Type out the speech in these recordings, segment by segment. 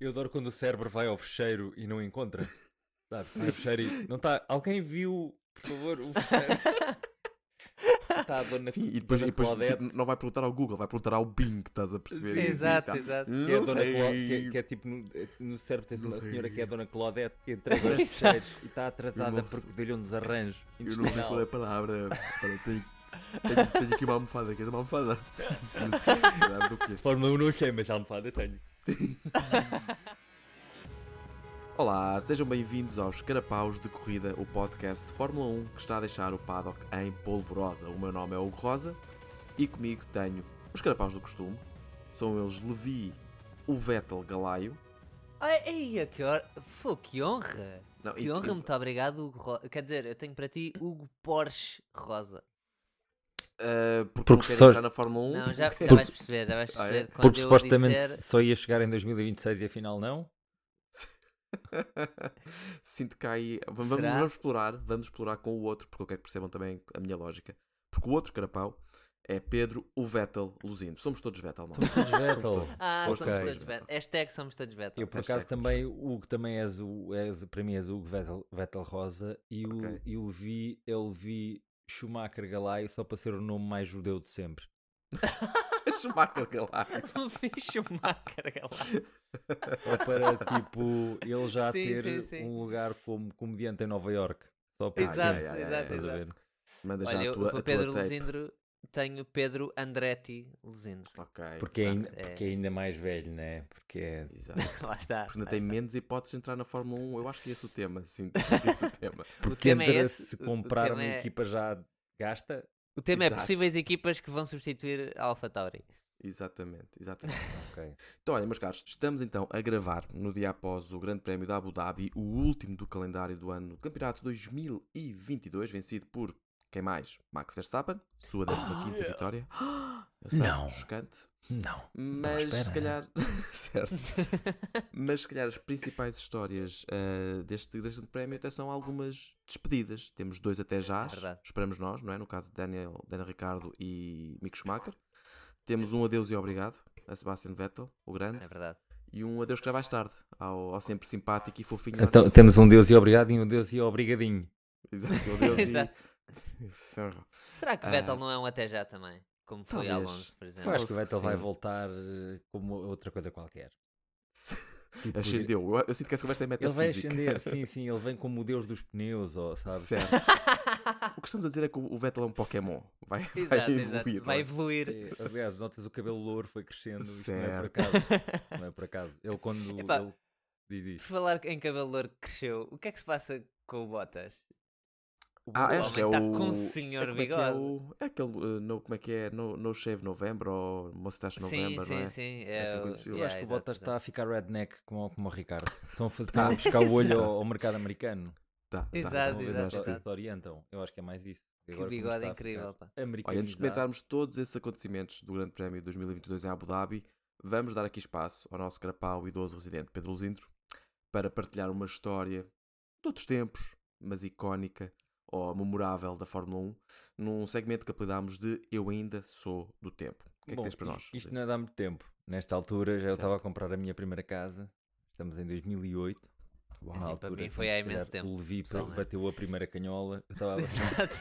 Eu adoro quando o cérebro vai ao fecheiro e não encontra. Sabe? Vai ao fecheiro e não está. Alguém viu, por favor, o fecheiro? Está a dona Sim, e depois, e dona depois Claudete, tipo, não vai perguntar ao Google, vai perguntar ao Bing, estás a perceber? Sim, E- e- exato, tá. exato. Não que é a dona sei. Cla- que, é- que é tipo no, no cérebro tens Não uma sei. senhora que é a dona Claudete que entrega os Exato. fecheiros e está atrasada Eu não- porque deu-lhe um desarranjo Eu não sei qual é a intestinal. palavra. Espera, tenho, tenho- tenho aqui uma almofada, queres uma almofada? Não, do quê? Fórmula 1 não achei, mas a almofada tenho. Olá, sejam bem-vindos aos Carapaus de Corrida, o podcast de Fórmula 1 que está a deixar o paddock em polvorosa. O meu nome é Hugo Rosa e comigo tenho os Carapaus do Costume. São eles Levi, o Vettel Galaio. Ai, eia, que, hor... Fô, que honra! Não, Que honra, muito obrigado, Hugo Rosa. Quer dizer, eu tenho para ti Hugo Porsche Rosa. Ah, porque Porque não querem só- entrar na Fórmula 1. Não, já, já Porque- vais perceber, já vais Ah, é? perceber. Quando Porque eu supostamente disser- só ia chegar em 2026 e afinal não. Sinto que há aí. Vamos, vamos- Será? vamos explorar, vamos explorar com o outro, porque eu quero que percebam também a minha lógica. Porque o outro carapau é Pedro, o Vettel, Luzindo. Somos todos Vettel, não Todos Vettel. Ah, Ok. somos todos Beto. Hashtag somos todos Beto. Eu por Tá, Hashtag acaso também, o Hugo também é és o, és, para mim és o Hugo Vettel, Vettel Rosa e o, Ok. e o Levi, eu Levi Schumacher Galai só para ser o nome mais judeu de sempre. Schumacher Galáctico. Fiz uma carga lá. Ou para tipo ele já Sim, ter sim, sim. um lugar como comediante em Nova York. Só Ah, para Exato, sempre, ai, ai, exato, ai, estás a exato. ver? Manda já Olha, a eu tua, a para tua Pedro tape. Luzindro tenho Pedro Andretti Luzindro. Ok. Porque é, ainda, Pronto, é. porque é ainda mais velho, né? Porque é. Exato. Lá está. Porque ainda lá tem está. menos hipóteses de entrar na Fórmula 1. Eu acho que é esse o tema. Sim, acho que é esse o tema. Porque tema é entra esse, se o- o comprar tema uma é- equipa já gasta. O tema é Exato. possíveis equipas que vão substituir a Alpha Tauri. Exatamente, exatamente. Ok. Então, olha, meus caros, estamos então a gravar no dia após o Grande Prémio da Abu Dhabi, o último do calendário do ano do Campeonato 2022, vencido por quem mais? Max Verstappen, sua 15 quinta vitória. Eu sei, Não. Chocante. Não. Mas se espera. né? calhar. certo. Mas se calhar as principais histórias ah, deste grande prémio até são algumas despedidas. Temos dois até já, verdade. esperamos nós, não é? No caso de Daniel, Daniel Ricardo e Mick Schumacher. Temos um adeus e obrigado a Sebastian Vettel, o grande, É verdade. e um adeus que já mais tarde, ao, ao sempre simpático e fofinho. Então, Adolfo. temos um Deus e obrigado e um Deus e obrigadinho. Exato, um adeus e- Exato. Será Será que Ah. Vettel não é um até já também? Como foi Talvez. Alonso, por exemplo. acho que o Acho que Vettel vai sim. voltar eh, como outra coisa qualquer. Tipo, Ascendeu. Eu, eu sinto que essa conversa é Ele vai metafísica. ascender, sim, sim. Ele vem como o Deus dos pneus, ou, sabe? Certo. o que estamos a dizer é que o Vettel é um Pokémon. Vai, vai Exato, evoluir. exato. não é? Vai evoluir. É, Aliás, notas o cabelo louro foi crescendo. Isto não é por Certo. acaso. Não é por acaso. Ele quando. Epá. Ele... Diz, diz. Por falar em cabelo louro que cresceu, o que é que se passa com o Bottas? Ah, O acho que é o. homem tá com um senhor é como é que É, bigode. o... é aquele. uh, no, como é que é? No, no Shave November ou Mustache sim, November, sim, não é? sim. Essa É o... coisa do filme. Eu yeah, acho que o exato, Bottas tá está exato. a ficar redneck como, como o Ricardo. Estão a, fa- estão a buscar o olho ao, ao mercado americano. Tá, tá, Estão então, Exato, a ver exato, se acho que sim. exato. se orientam. Eu acho que é mais isso. Que bigode incrível, pá. Olha, antes de Americano. comentarmos todos esses acontecimentos do Grande Prémio 2022 em Abu Dhabi, vamos dar aqui espaço ao nosso grapau idoso residente Pedro Luzindro para partilhar uma história de outros tempos, mas icónica ou memorável da Fórmula 1, num segmento que apelidámos de Eu Ainda Sou do Tempo. O que é que Bom, tens para i- nós? Isto Luzindro? não é de há muito tempo. Nesta altura já eu estava a Certo. comprar a minha primeira casa. Estamos em 2008. Uau. então, Na Assim, para mim foi se há calhar, imenso tempo, O Levi pessoal, né? bateu a primeira canhola. Eu estava Exato.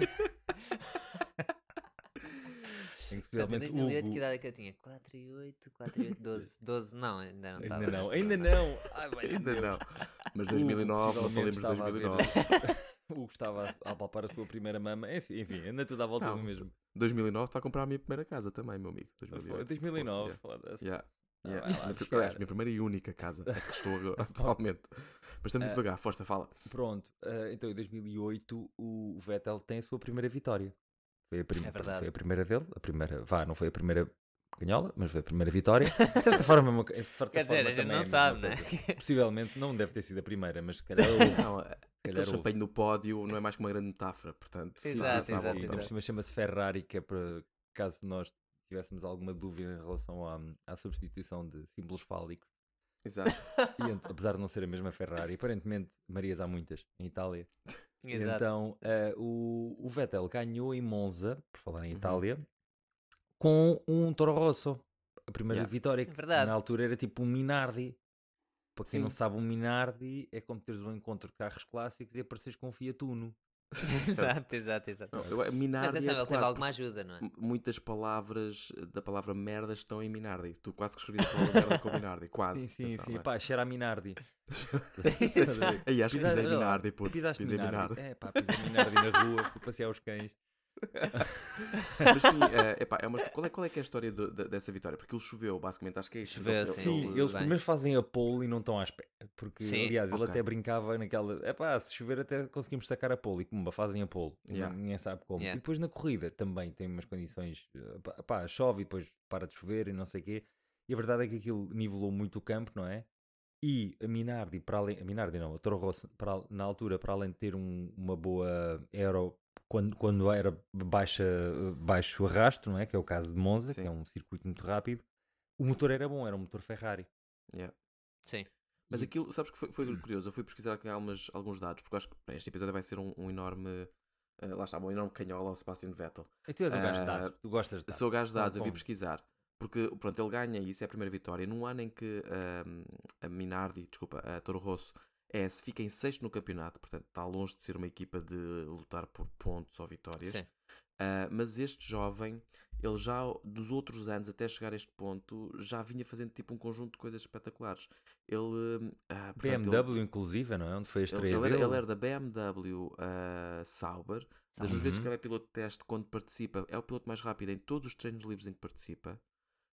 em que, Portanto, em possivelmente 2008, Hugo- que idade é que eu tinha? 4 e 8, 4 e 8, 12. 12, não, ainda não estava. Ainda não, nessa ainda zona. não. Ai, valha Ainda Deus. não. Mas Hugo 2009, não falemos de possivelmente estava a ver- 2009. Hugo estava a a palpar a sua primeira mama. Enfim, enfim, anda tudo à volta Não, do mesmo. 2009 está a comprar a minha primeira casa também, meu amigo. 2008. 2009, foda-se. Yeah. Ah, yeah. vai lá Minha pri- buscar. Aliás, minha primeira e única casa a que estou agora, atualmente. Mas estamos a Ah. devagar, força, fala. Pronto, eh, então em 2008 o Vettel tem a sua primeira vitória. Foi a, prim- É verdade. foi a primeira dele, a primeira, vá, não foi a primeira canhola, mas foi a primeira vitória. De certa forma, é uma co- de certa Quer dizer, forma a gente também é não mesma sabe, né? coisa. Possivelmente não deve ter sido a primeira, mas se calhar houve. é, Se Não, calhar aquele champanhe no pódio não é mais que uma grande metáfora, portanto. sim, então. sim, Exato, sim, à exato, volta. exato. Mas chama-se Ferrari, que é para caso nós tivéssemos alguma dúvida em relação à, à substituição de símbolos fálicos. Exato. E, ent- apesar de não ser a mesma Ferrari, aparentemente Marias há muitas em Itália. E Exato. Então, eh, o, o Vettel ganhou em Monza, por falar em Itália, com um Toro Rosso. A primeira Yeah. vitória É que verdade. na altura era tipo um Minardi. Para quem Sim. não sabe, um Minardi é como teres um encontro de carros clássicos e apareceres com um Fiat Uno. exato, exato, exato. Não, eu- Minardi Mas atenção, é ele de teve claro, alguma ajuda, não é? M- muitas palavras da palavra merda estão em Minardi. Tu quase que escrevias a palavra merda com Minardi, quase. Sim, sim, atenção, sim. não é? Pá, cheira a Minardi. Exato. Aí acho que Pisa- pisei olha lá, Minardi, puto. Pisaste Pisei Minardi. Minardi. É pá, pisei Minardi na rua, fui passear os cães. Mas sim, eh, epá, é uma- qual, é, qual é que é a história do- da- dessa vitória? Porque ele choveu, basicamente, acho que é isto. Choveu, Ele- sim. ele- Sim, ele- eles bem. primeiro fazem a pole e não estão à espera. Porque, Sim. aliás, ele Ok. até brincava naquela. É pá, se chover até conseguimos sacar a pole. E como fazem a pole. e Yeah. Ninguém sabe como. Yeah. E depois na corrida também tem umas condições. eh, pá, Pá, chove e depois para de chover e não sei o quê. E a verdade é que aquilo nivelou muito o campo, não é? E a Minardi, para além, a Minardi não, a Toro Rosso, para al- na altura, para além de ter um- uma boa aero, quando, quando era baixa, baixo arrasto, não é? Que é o caso de Monza, Sim. que é um circuito muito rápido, o motor era bom, era um motor Ferrari. Sim. Mas E- aquilo, sabes que foi, foi curioso? Eu fui pesquisar aqui algumas, alguns dados, porque eu acho que bem, este episódio vai ser um, um enorme. eh, lá está, um enorme canhol ao Sebastian Vettel. E tu és um gajo de Ah, dados, tu gostas de dados. Sou gajo de Não, dados, eu vim como? pesquisar. Porque, pronto, ele ganha isso, é a primeira vitória. Num ano em que ahm, a Minardi, desculpa, a Toro Rosso, é, se fica em sexto no campeonato, portanto está longe de ser uma equipa de lutar por pontos ou vitórias. Sim. Ah, mas este jovem, ele já dos outros anos até chegar a este ponto, já vinha fazendo tipo um conjunto de coisas espetaculares. Ele. ah, portanto, ele- BMW, inclusive, não é? Onde foi a Ele, estreia ele era, dele. ele era da BMW ah, Sauber. Das duas Sauber. vezes que Uhum. ele é piloto de teste, quando participa, é o piloto mais rápido em todos os treinos livres em que participa.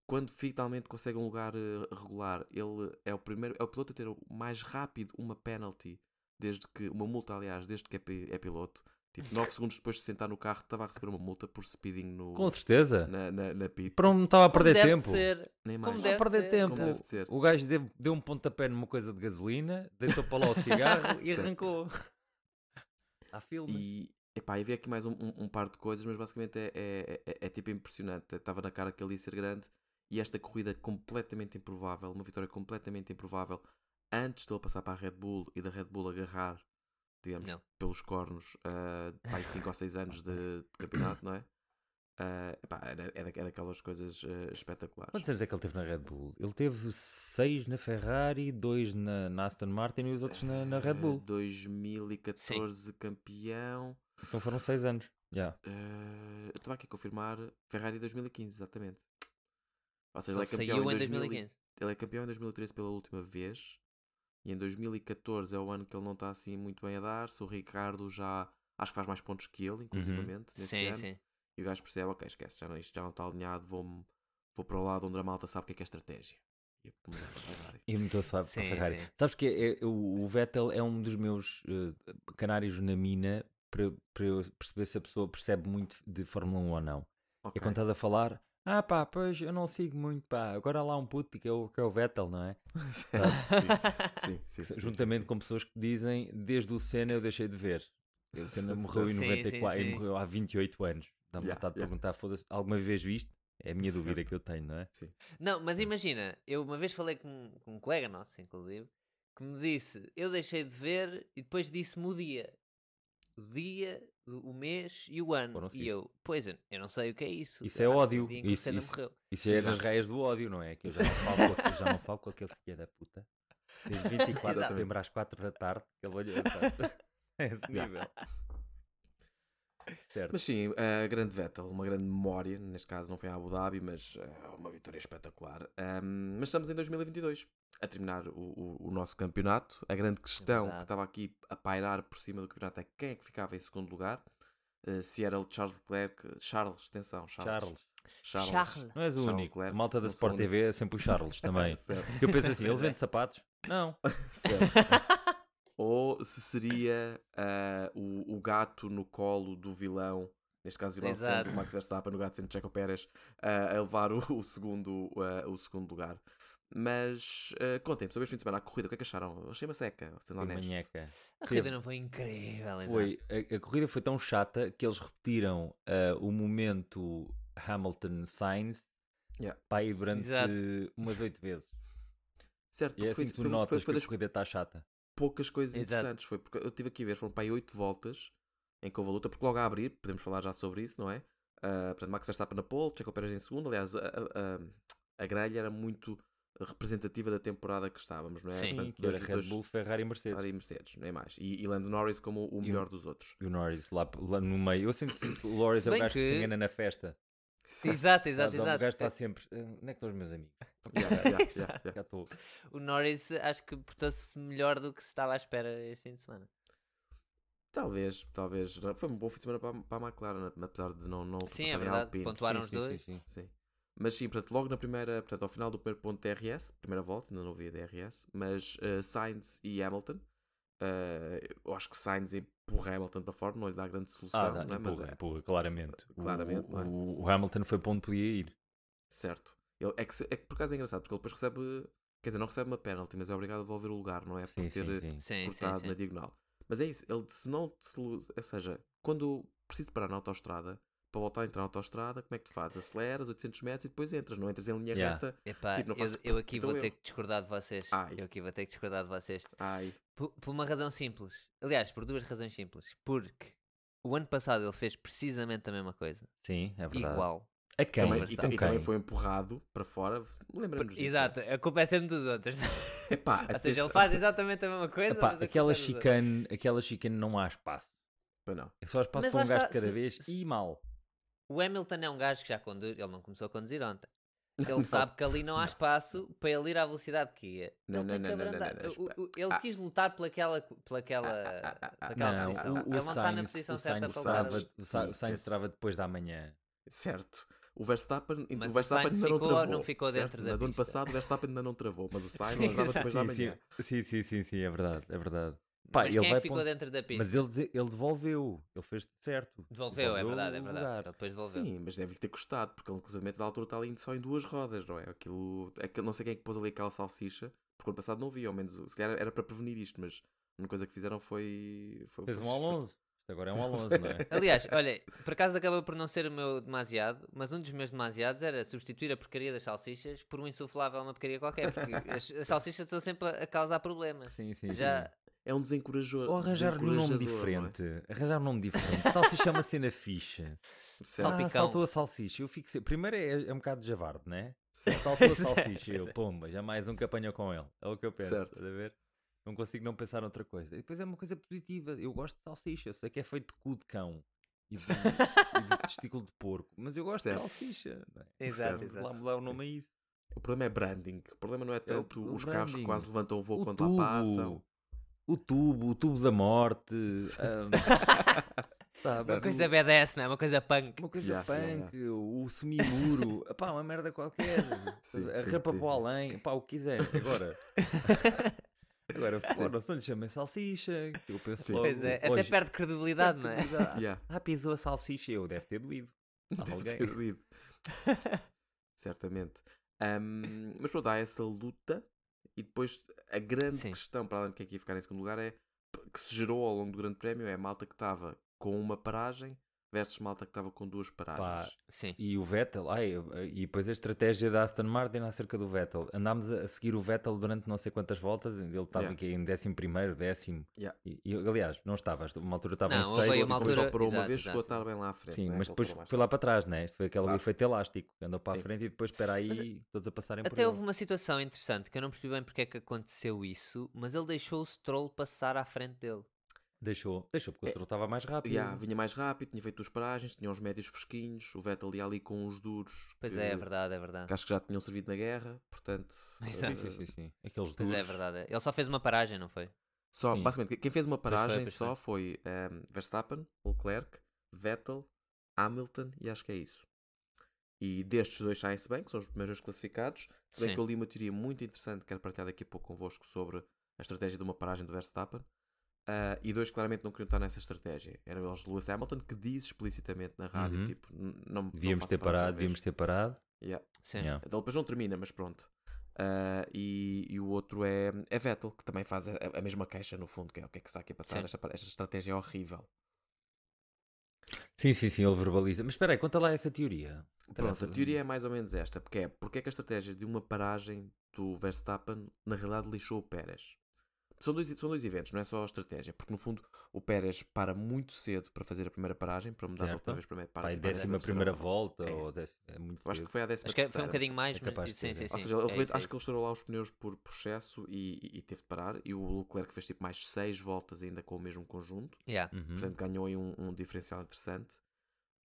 Quando finalmente consegue um lugar eh, regular, ele é o primeiro, é o piloto a ter o mais rápido uma penalty, desde que uma multa, aliás, desde que é, pi- é piloto. Tipo, 9 segundos depois de se sentar no carro, estava a receber uma multa por speeding no, Com certeza. na, na, na pit. Para um estava a Como perder deve tempo. ser. Nem como mais. Estava a perder Deve ser. tempo. Como deve ser. O gajo deu, deu um pontapé numa coisa de gasolina, deitou para lá o cigarro e Certo. arrancou. Há filme. E, epá, e vi aqui mais um, um- um par de coisas, mas basicamente é, é, é- é tipo impressionante. Estava na cara que ele ia ser grande e esta corrida completamente improvável, uma vitória completamente improvável, antes dele passar para a Red Bull e da Red Bull agarrar, digamos, Não. pelos cornos, ah, mais 5 ou 6 anos de, de campeonato, não é? Ah, epá, era- é, da- é daquelas coisas ah, espetaculares. Quantos anos é que ele teve na Red Bull? Ele teve seis na Ferrari, dois na, na Aston Martin e os outros na, na Red Ah, Bull. 2014 campeão. Eh, Então foram seis anos. Já. Eh, eu estava aqui a confirmar Ferrari 2015, exatamente. Ou seja, ele Ele é campeão saiu em em 2000 e- 2015. Ele é campeão em 2013 pela última vez. E em 2014 é o ano que ele não está assim muito bem a dar-se. O Ricardo já acho que faz mais pontos que ele, inclusivamente, nesse Uhum. Sim, ano. sim. E o gajo percebe, ok, esquece, já não, isto já não está alinhado, vou, vou para o lado onde a malta sabe o que é que é estratégia. E eu é mudei para a Ferrari. E meteu-se para, para a Sim, Ah, Ferrari. sim. Sabes que é- é- o o Vettel é um dos meus eh, canários na mina para, para eu perceber se a pessoa percebe muito de Fórmula 1 ou não. É Ok. quando estás a falar, ah pá, pois eu não sigo muito, pá, agora há lá um puto que é o, que é o Vettel, não é? sim, sim, sim, sim, Juntamente sim. com pessoas que dizem, desde o Senna eu deixei de ver. O Senna morreu em Sim, sim, 94 e sim. morreu há 28 anos. Dá-me Yeah, vontade de yeah. perguntar, foda-se, alguma vez viste? É a minha dúvida Certo. que eu tenho, não é? Não, mas imagina, eu uma vez falei com, com um colega nosso, inclusive, que me disse: Eu deixei de ver e depois disse-me o dia. O dia, o o mês e o ano. Foram-se e isso. eu, pois eu eu não sei o que é isso. Isso Eu é acho que o ódio. dia em que o Isso- Senna isso- morreu. Isso é das Exato. raias do ódio, não é? Que eu já não falo com, aquele- já não falo com aquele filho da puta. Desde 24 de Exato. setembro às 4 da tarde, que ele olhou. sabe? É esse Yeah. nível. Certo. Mas sim, é a grande Vettel, uma grande memória, neste caso não foi em Abu Dhabi, mas eh, uma vitória espetacular. Ahm, mas estamos em 2022, a terminar o, o- o nosso campeonato. A grande questão que verdade. estava aqui a pairar por cima do campeonato é quem é que ficava em segundo lugar. Eh, se era o Charles Leclerc, Charles, atenção, Charles. Charles. Charles. Charles. Não és o Charles único. Leclerc, a malta da não sou o Sport único. TV é sempre o Charles também. Certo, Eu penso assim, ele Pois é. vende sapatos? Não. certo. Ou se seria ah, o, o gato no colo do vilão, neste caso o vilão Exato. sendo o Max Verstappen, o gato sendo Checo Pérez, ah, a levar o, o segundo, ah, o segundo lugar. Mas ah, contem-me sobre este fim de semana, a corrida, o que é que acharam? Achei uma seca, sendo Que honesto. manheca. A Teve. corrida não é foi incrível, exato. Foi, a, a corrida foi tão chata que eles repetiram ah, o momento Hamilton-Sainz Yeah. para aí durante Exato. umas oito vezes. Certo, E é porque foi, assim que tu foi- notas foi- foi que das a corrida está chata. poucas coisas Exato. interessantes. Foi porque eu tive aqui a ver, foram para aí 8 voltas em que houve a luta, porque logo a abrir, podemos falar já sobre isso, não é? Ah, portanto, Max Verstappen na pole, Checo Pérez em segundo. Aliás, a, a- a- a grelha era muito representativa da temporada que estávamos, não é? Sim, Portanto, que era dois- Red dois- Bull, Ferrari e Mercedes. Ferrari e Mercedes, nem mais. E, e Lando Norris como o melhor dos outros. E o Norris lá, lá no meio. Eu sinto sempre que o Norris Se é o bem gajo que... que- se engana na festa. Exato, exato, Sabes, O gajo exato. está sempre. "Ah, Onde é que estão os meus amigos? Yeah, yeah, yeah, Exato. yeah, yeah. Já estou. O Norris acho que portou-se melhor do que se estava à espera este fim de semana. Talvez, talvez. Foi um bom fim de semana para, para a McLaren, apesar de não, não Sim, ultrapassarem é a verdade. Alpine. Pontuaram Sim, os sim, sim, dois. sim. Sim. Mas sim, portanto, logo na primeira, portanto, ao final do primeiro ponto DRS, primeira volta, ainda não vi a DRS, mas eh, Sainz e Hamilton. eh, eu acho que Sainz empurra Hamilton para fora, não lhe dá grande solução, Ah, dá, não é? mas empurra, é empurra, claramente. O- Claramente, não é? o, o Hamilton foi para onde podia ir. certo. Ele, é, que, se- é que por acaso é engraçado, porque ele depois recebe, quer dizer, não recebe uma penalty, mas é obrigado a devolver o lugar, não é? Sim, por ter eh, sim, sim. Sim, cortado sim, sim. na diagonal. Mas é isso, ele se não te solu- ou seja, quando preciso parar na autostrada, para voltar a entrar na autostrada, como é que tu fazes? Aceleras 800 metros e depois entras, não entras em linha Yeah. reta. Epá, Tipo, não faço eu, tuc, eu aqui então vou eu. ter que discordar de vocês. Ai. Eu aqui vou ter que discordar de vocês. Ai, Por, por uma razão simples. Aliás, por duas razões simples. Porque o ano passado ele fez precisamente a mesma coisa. Sim, é verdade. Igual. A então, quem? também, mas e, tá. ta- e Com também quem? foi empurrado para fora. Lembramos disso. Exato, a culpa é sempre dos outros. Epá, Ou seja, atenção- ele faz exatamente a mesma coisa. Epá, mas a culpa aquela é dos outros. chicane, aquela chicane não há espaço. Epá, não. É só espaço Mas para lá um gajo está, de cada se- vez se- e mal. O Hamilton é um gajo que já conduz, ele não começou a conduzir ontem. Ele Não. sabe que ali não há espaço para ele ir à velocidade que ia. Não, ele tem não, que não, não, abrandar. não, não, O- o- espera. ele Ah. quis lutar pelaquela, Ah, pelaquela, pelaquela Não, posição. o, ele o não está na Sainz, posição o certa Sainz para lutar. trava, lutar. o Sa- o Sainz Sim. trava depois da manhã. Certo. O Verstappen, Mas o o Verstappen Sainz ainda não ficou ou travou. não ficou certo? dentro da Na do ano pista? passado, o Verstappen ainda não travou, mas o Sainz Sim, não trava exato. depois da Sim, manhã. sim, sim, sim, sim, sim, é verdade, é verdade. Pá, Mas ele quem vai é que para ficou onde- dentro da pista? Mas ele, dese- ele devolveu, ele fez certo. Devolveu, é verdade, é o verdade. Ele lugar. depois devolveu. Sim, mas deve lhe ter custado, porque ele, inclusive, da altura está ali só em duas rodas, não é? Aquilo, aquilo, não sei quem é que pôs ali aquela salsicha, porque o ano passado não vi, ao menos, o- se calhar era para prevenir isto, mas uma coisa que fizeram foi. foi Fez foi- um Alonso. Isto agora é um Alonso, não é? Aliás, olha, por acaso acaba por não ser o meu demasiado, mas um dos meus demasiados era substituir a porcaria das salsichas por um insuflável, uma porcaria qualquer, porque as, as salsichas estão sempre a- a causar problemas. Sim, sim, Já, sim. É um desencorajador. Ou arranjar um nome desencorajador, não é? diferente. Arranjar um nome diferente. Salsicha é uma cena ficha. Certo, Ah, Salpicão. saltou a salsicha. Eu fico... se- Primeiro é, é um bocado de javarde, não é? certo. Saltou a Pois é, salsicha. pois eu, é. pomba, já mais um que apanhou com ele. É o que eu penso. Certo. estás a ver? Não consigo não pensar noutra coisa. E depois é uma coisa positiva. Eu gosto de salsicha. Eu sei que é feito de cu de cão e de, e de testículo de porco. Mas eu gosto Certo. de salsicha. não é? exato, Certo. Vamos lá exato. mudar o nome a isso. O problema é branding. O problema não é tanto o os carros que branding. quase levantam o voo o quando tubo. lá passam. O tubo, o tubo da morte. ahm, sabe, Uma Ah, o- coisa BDS, não é? Uma coisa punk. Uma coisa Yeah, yeah, punk, o semimuro, pá, uma merda qualquer. Sim, a sim, rapa sim, para o sim. além, pá, o que quiseres. Agora, agora fora, só lhe chamem salsicha. que Eu penso Sim. logo, Pois é, até hoje- perde credibilidade, não é? credibilidade. Yeah. Ah, pisou a salsicha, eu deve ter doído. Ah, Deve alguém. ter doído. Certamente. Ahm, mas pronto, há essa luta. E depois a grande Sim. questão, para além de quem aqui ficar em segundo lugar, é p- que se gerou ao longo do Grande Prémio é a malta que estava com uma paragem versus malta que estava com duas paragens. Sim. E o Vettel, ai, e depois a estratégia da Aston Martin acerca do Vettel. Andámos a a seguir o Vettel durante não sei quantas voltas, ele estava Yeah. aqui em décimo primeiro, décimo. Yeah. E, e, aliás, não estava, uma altura estava Não, em houve aí sexto. Ele uma depois só altura- parou uma exato, vez, chegou a exato. estar bem lá à frente. Sim, não é? mas Voltou depois mais foi lá para trás, né? Isto foi aquele Claro. efeito elástico. que Andou para Sim. a frente e depois espera Mas, aí, todos a passarem por Até ele. houve uma situação interessante que eu não percebi bem porque é que aconteceu isso, mas ele deixou o Stroll passar à frente dele. Deixou, deixou, porque o É. Stroll estava mais rápido. Yeah, vinha mais rápido, tinha feito duas paragens, tinha os médios fresquinhos, o Vettel ia ali com os duros. Pois é, é que- verdade, é verdade. que acho que já tinham servido na guerra, portanto. Exato. Sim, eh, sim, sim, sim. Aqueles Pois duros. é, é verdade. Ele só fez uma paragem, não foi? Só, Sim. basicamente, quem fez uma foi, paragem pois só foi ehm, Verstappen, Leclerc, Vettel, Hamilton e acho que é isso. E destes dois saem-se bem, que são os primeiros classificados. Se bem Sim. que eu li uma teoria muito interessante que quero partilhar daqui a pouco convosco sobre a estratégia de uma paragem do Verstappen. Ah, e dois claramente não queriam estar nessa estratégia. Eram eles Lewis Hamilton, que diz explicitamente na rádio: Uhum. tipo, "N- não não Devíamos faço ter a paragem parado, outra vez." devíamos ter parado. Yeah. Sim. Yeah. Ele depois não termina, mas pronto. Ah, e, e o outro é, é Vettel, que também faz a, a mesma queixa no fundo, que é o que é que está aqui a passar, Sim. esta, par- esta estratégia é horrível. Sim, sim, sim, ele verbaliza. Mas espera aí, conta lá essa teoria. Pronto, a teoria é mais ou menos esta, porque é porque é que a estratégia de uma paragem do Verstappen na realidade lixou o Pérez. São dois, são dois eventos, não é só estratégia, porque no fundo o Pérez para muito cedo para fazer a primeira paragem, para mudar Certo. outra vez para a Pá, parte. é para a décima terceira primeira volta volta. É. ou décima, é muito Eu Acho cedo. que foi a décima Acho que foi um terceira. bocadinho mais, É mas capaz de sim, ser, sim, é. sim. Ou seja, é ele isso, realmente é acho que ele estourou lá os pneus por processo e, e- e teve de parar. E o Leclerc fez tipo mais 6 voltas ainda com o mesmo conjunto. isso. Yeah. Uhum. Portanto, ganhou aí um, um diferencial interessante.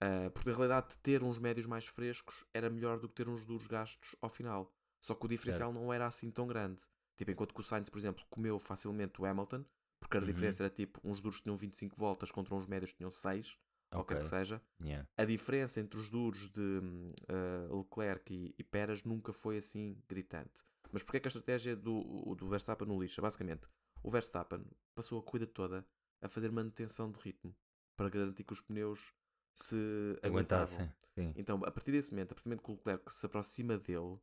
Ah, porque na realidade, ter uns médios mais frescos era melhor do que ter uns duros gastos ao final. Só que o diferencial não era assim tão grande. Tipo, enquanto que o Sainz, por exemplo, comeu facilmente o Hamilton, porque a Uhum. diferença era tipo, uns duros tinham 25 voltas contra uns médios que tinham 6, ou o que ok. quer que seja. Yeah. A diferença entre os duros de hum, ah, Leclerc e, e Pérez nunca foi assim gritante. Mas porquê é que a estratégia do, do Verstappen não lixa? Basicamente, o Verstappen passou a corrida toda a fazer manutenção de ritmo para garantir que os pneus se aguentassem. Aguentassem. Sim. Então, a partir desse momento, a partir do momento que o Leclerc se aproxima dele,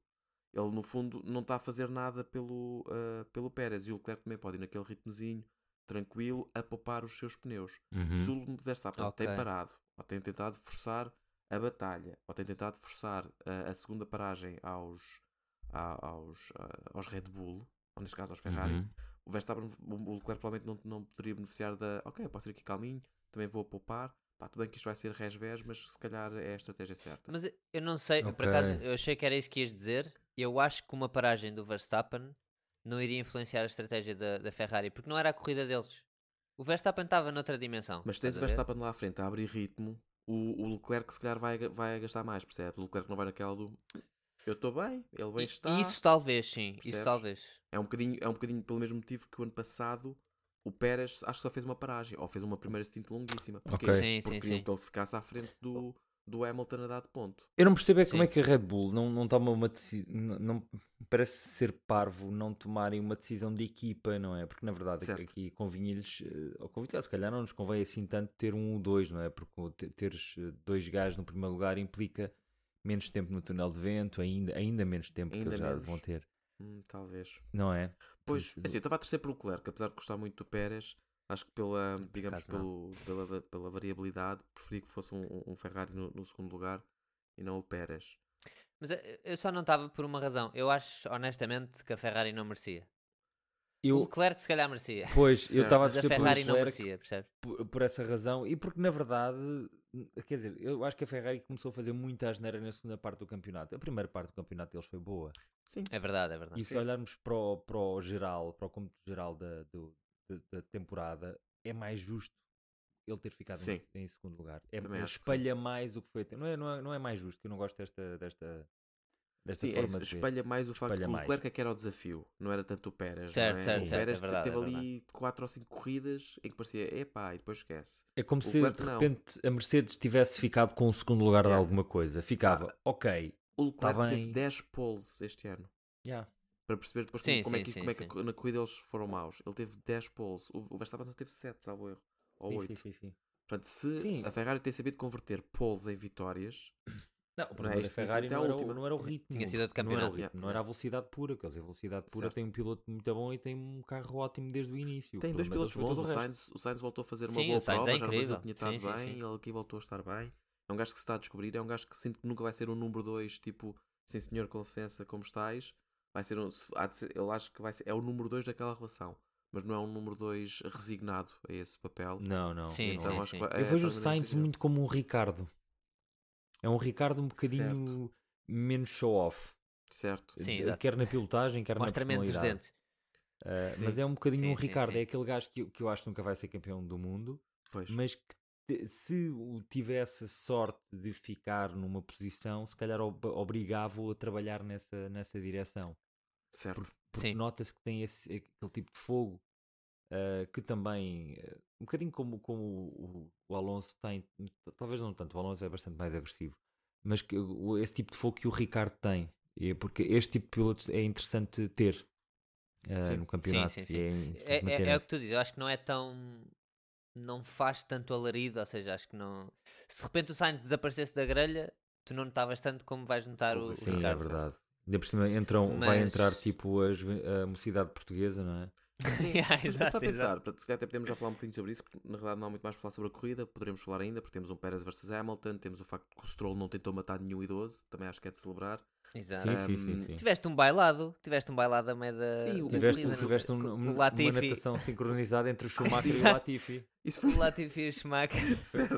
ele no fundo não está a fazer nada pelo, ah, pelo Pérez. E o Leclerc também pode ir naquele ritmozinho tranquilo a poupar os seus pneus. Uhum. Se o Verstappen Ok. tem parado, ou tem tentado forçar a batalha, ou tem tentado forçar eh, a, a segunda paragem aos, a- aos, a- aos Red Bull, ou neste caso aos Ferrari, Uhum. o Verstappen, o o Leclerc provavelmente não, não poderia beneficiar da ok, posso ir aqui calminho, também vou poupar. Pá, tudo bem que isto vai ser resvés, mas se calhar é a estratégia certa. Então, Mas eu- eu não sei, eu, por Ok. acaso eu achei que era isso que ias dizer. Eu acho que uma paragem do Verstappen não iria influenciar a estratégia da, da Ferrari, porque não era a corrida deles. O Verstappen estava noutra dimensão. Mas tens estás o a ver? Verstappen lá à frente a abrir ritmo, o, o Leclerc se calhar vai, vai gastar mais, percebes? O Leclerc não vai naquela do eu estou bem, ele bem E- está. e Isso talvez, sim. Percebes? Isso talvez. É um, bocadinho, é um bocadinho pelo mesmo motivo que o ano passado o Pérez acho que só fez uma paragem, ou fez uma primeira stint longuíssima. Porquê? Ok. Sim, Porque sim, queriam sim. que ele ficasse à frente do, do Hamilton a dado ponto. Eu não percebo é como é Sim. que a Red Bull não, não toma uma decisão. Não, parece ser parvo não tomarem uma decisão de equipa, não é? Porque na verdade Certo. aqui convinha-lhes. eh, Ou convinha, se calhar não nos convém assim tanto ter um ou dois, não é? Porque o te- teres eh, dois gajos no primeiro lugar implica menos tempo no túnel de vento, ainda, ainda menos tempo Ainda que eles já menos. vão ter, Hum, talvez. não é? Pois, Isso do- assim, eu estava a torcer pelo Leclerc, apesar de gostar muito do Pérez, acho que pela, digamos, acaso pelo, pela, va- pela variabilidade, preferi que fosse um, um Ferrari no, no segundo lugar e não o Pérez. Mas eh, eu só não estava por uma razão. Eu acho, honestamente, que a Ferrari não merecia. O Eu, Leclerc, se calhar, merecia. pois, eu Certo. estava a Mas a dizer pelo Ferrari não Leclerc merecia, percebes? por, por essa razão e porque na verdade, quer dizer, eu acho que a Ferrari começou a fazer muita asneira na segunda parte do campeonato. A primeira parte do campeonato deles foi boa. Ah, Sim. É verdade, é verdade. E se olharmos para o, para o geral, para o cômputo geral da, do- da, da temporada, é mais justo ele ter ficado em, Sim. em segundo lugar. É, Também acho que sim. espalha mais o que foi. Não é, não, é, não é mais justo, que eu não gosto desta, desta, desta Sim, é forma de isso, ver. espelha mais o facto Espelha que o mais. Leclerc é que era o desafio, não era tanto o Pérez. Certo, não é? certo, o certo, é Pérez verdade, é teve ali 4 ou 5 corridas em que parecia epá, e depois esquece. É como O se Leclerc de não. repente a Mercedes tivesse ficado com o segundo lugar de Yeah. Ah. alguma coisa. Ficava, ok. O Tá Leclerc teve bem. 10 poles este ano. Yeah. Para perceber depois Sim, como, como é sim, que, sim, como é que sim. co- na corrida eles foram maus. Ele teve 10 poles. O, o Verstappen só teve 7, salvo erro. Ou Sim, 8. sim, sim, sim. Portanto, se Sim. a Ferrari tem sabido converter poles em vitórias, Não, é o problema da isto tinha sido Ferrari até a não era, o, última. não era o ritmo. Tinha sido a Não era, de o campeonato. ritmo, não era a velocidade pura. Quer dizer, a velocidade pura Certo. tem um piloto muito bom e tem um carro ótimo desde o início. O tem dois problema é deles pilotos foi todo bons. O resto. Sainz, o Sainz voltou a fazer uma Sim, boa o Sainz prova, é já no Brasil incrível. tinha estado Sim, sim, bem, sim. ele aqui voltou a estar bem. É um gajo que se está a descobrir, é um gajo que sinto que nunca vai ser um número 2, tipo, sim senhor, com licença, como estás? Vai ser um, se- há de ser- ele acho que vai ser, é o número 2 daquela relação, mas não é um número 2 resignado a esse papel. Não, não. Sim, eu não sim, acho. acho que vai- Eu é vejo o talvez a mesma Sainz coisa. muito como um Ricardo. É um Ricardo um bocadinho Certo. menos show-off. Certo. Sim, Eh, exato. Quer na pilotagem, quer Mostra na menos os personalidade. dentes. Eh, Sim. mas é um bocadinho Sim, um sim, Ricardo. sim. É aquele gajo que, eu- que eu acho que nunca vai ser campeão do mundo, Pois. mas que te- se o tivesse a sorte de ficar numa posição, se calhar ob- obrigava-o a trabalhar nessa, nessa direção. Certo. porque Sim. nota-se que tem esse, aquele tipo de fogo ah, que também, ah, um bocadinho como, como o, o Alonso tem, talvez não tanto, o Alonso é bastante mais agressivo, mas que, o- esse tipo de fogo que o Ricardo tem, é porque este tipo de pilotos é interessante ter ah, Sim. no campeonato. sim, e sim. é interessante É, é- manter é o esse. que tu dizes, eu acho que não é tão. Não faz tanto alarido, ou seja, acho que não. Se de repente o Sainz desaparecesse da grelha, tu não notavas tanto como vais notar o, o Sim, é Ricardo. verdade. Ainda por cima entram, vai Mas- entrar tipo a, juve- a mocidade portuguesa, não é? Yeah, Mas estou exato, a pensar, exato. portanto, se calhar até podemos já falar um bocadinho sobre isso, porque na realidade não há muito mais para falar sobre a corrida, poderemos falar ainda, porque temos um Pérez versus Hamilton, temos o facto de que o Stroll não tentou matar nenhum idoso, também acho que é de celebrar. Exato. Sim, sim, Um, sim. sim. Tiveste um bailado, tiveste um bailado a meio da. Sim, o- da Tiveste, corrida, não sei, tiveste um- com- um- com o uma Latifi. natação sincronizada entre o Schumacher e o Exato. Latifi. Isso foi O Latifi e o Schumacher.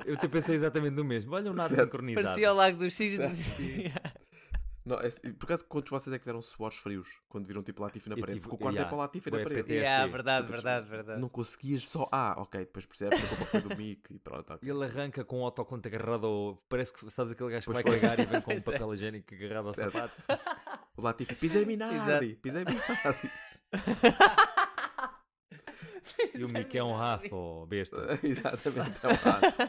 Eu até pensei exatamente no mesmo. Olha um nada Certo. sincronizado. Parecia o Lago dos Cisnes. Certo, Não, é- por acaso, quantos de vocês é que tiveram suores frios quando viram tipo Latifi na Eu parede? tive- porque o quarto é yeah. para o Latifi na Bué parede. PT. yeah, TST. verdade, Tipo, verdade, verdade. Não conseguias só. Ah, ok, depois percebes que a culpa foi do Mick e pronto. ok. Ele arranca com o autocolante agarrado ao... Parece que sabes aquele gajo que vai Pois foi. cagar e vem com um Pois é. papel higiênico agarrado ao Certo. sapato. O Latifi, pisei Minardi, pisei Minardi. E o Mick é um raço, besta. Exatamente, é um raço.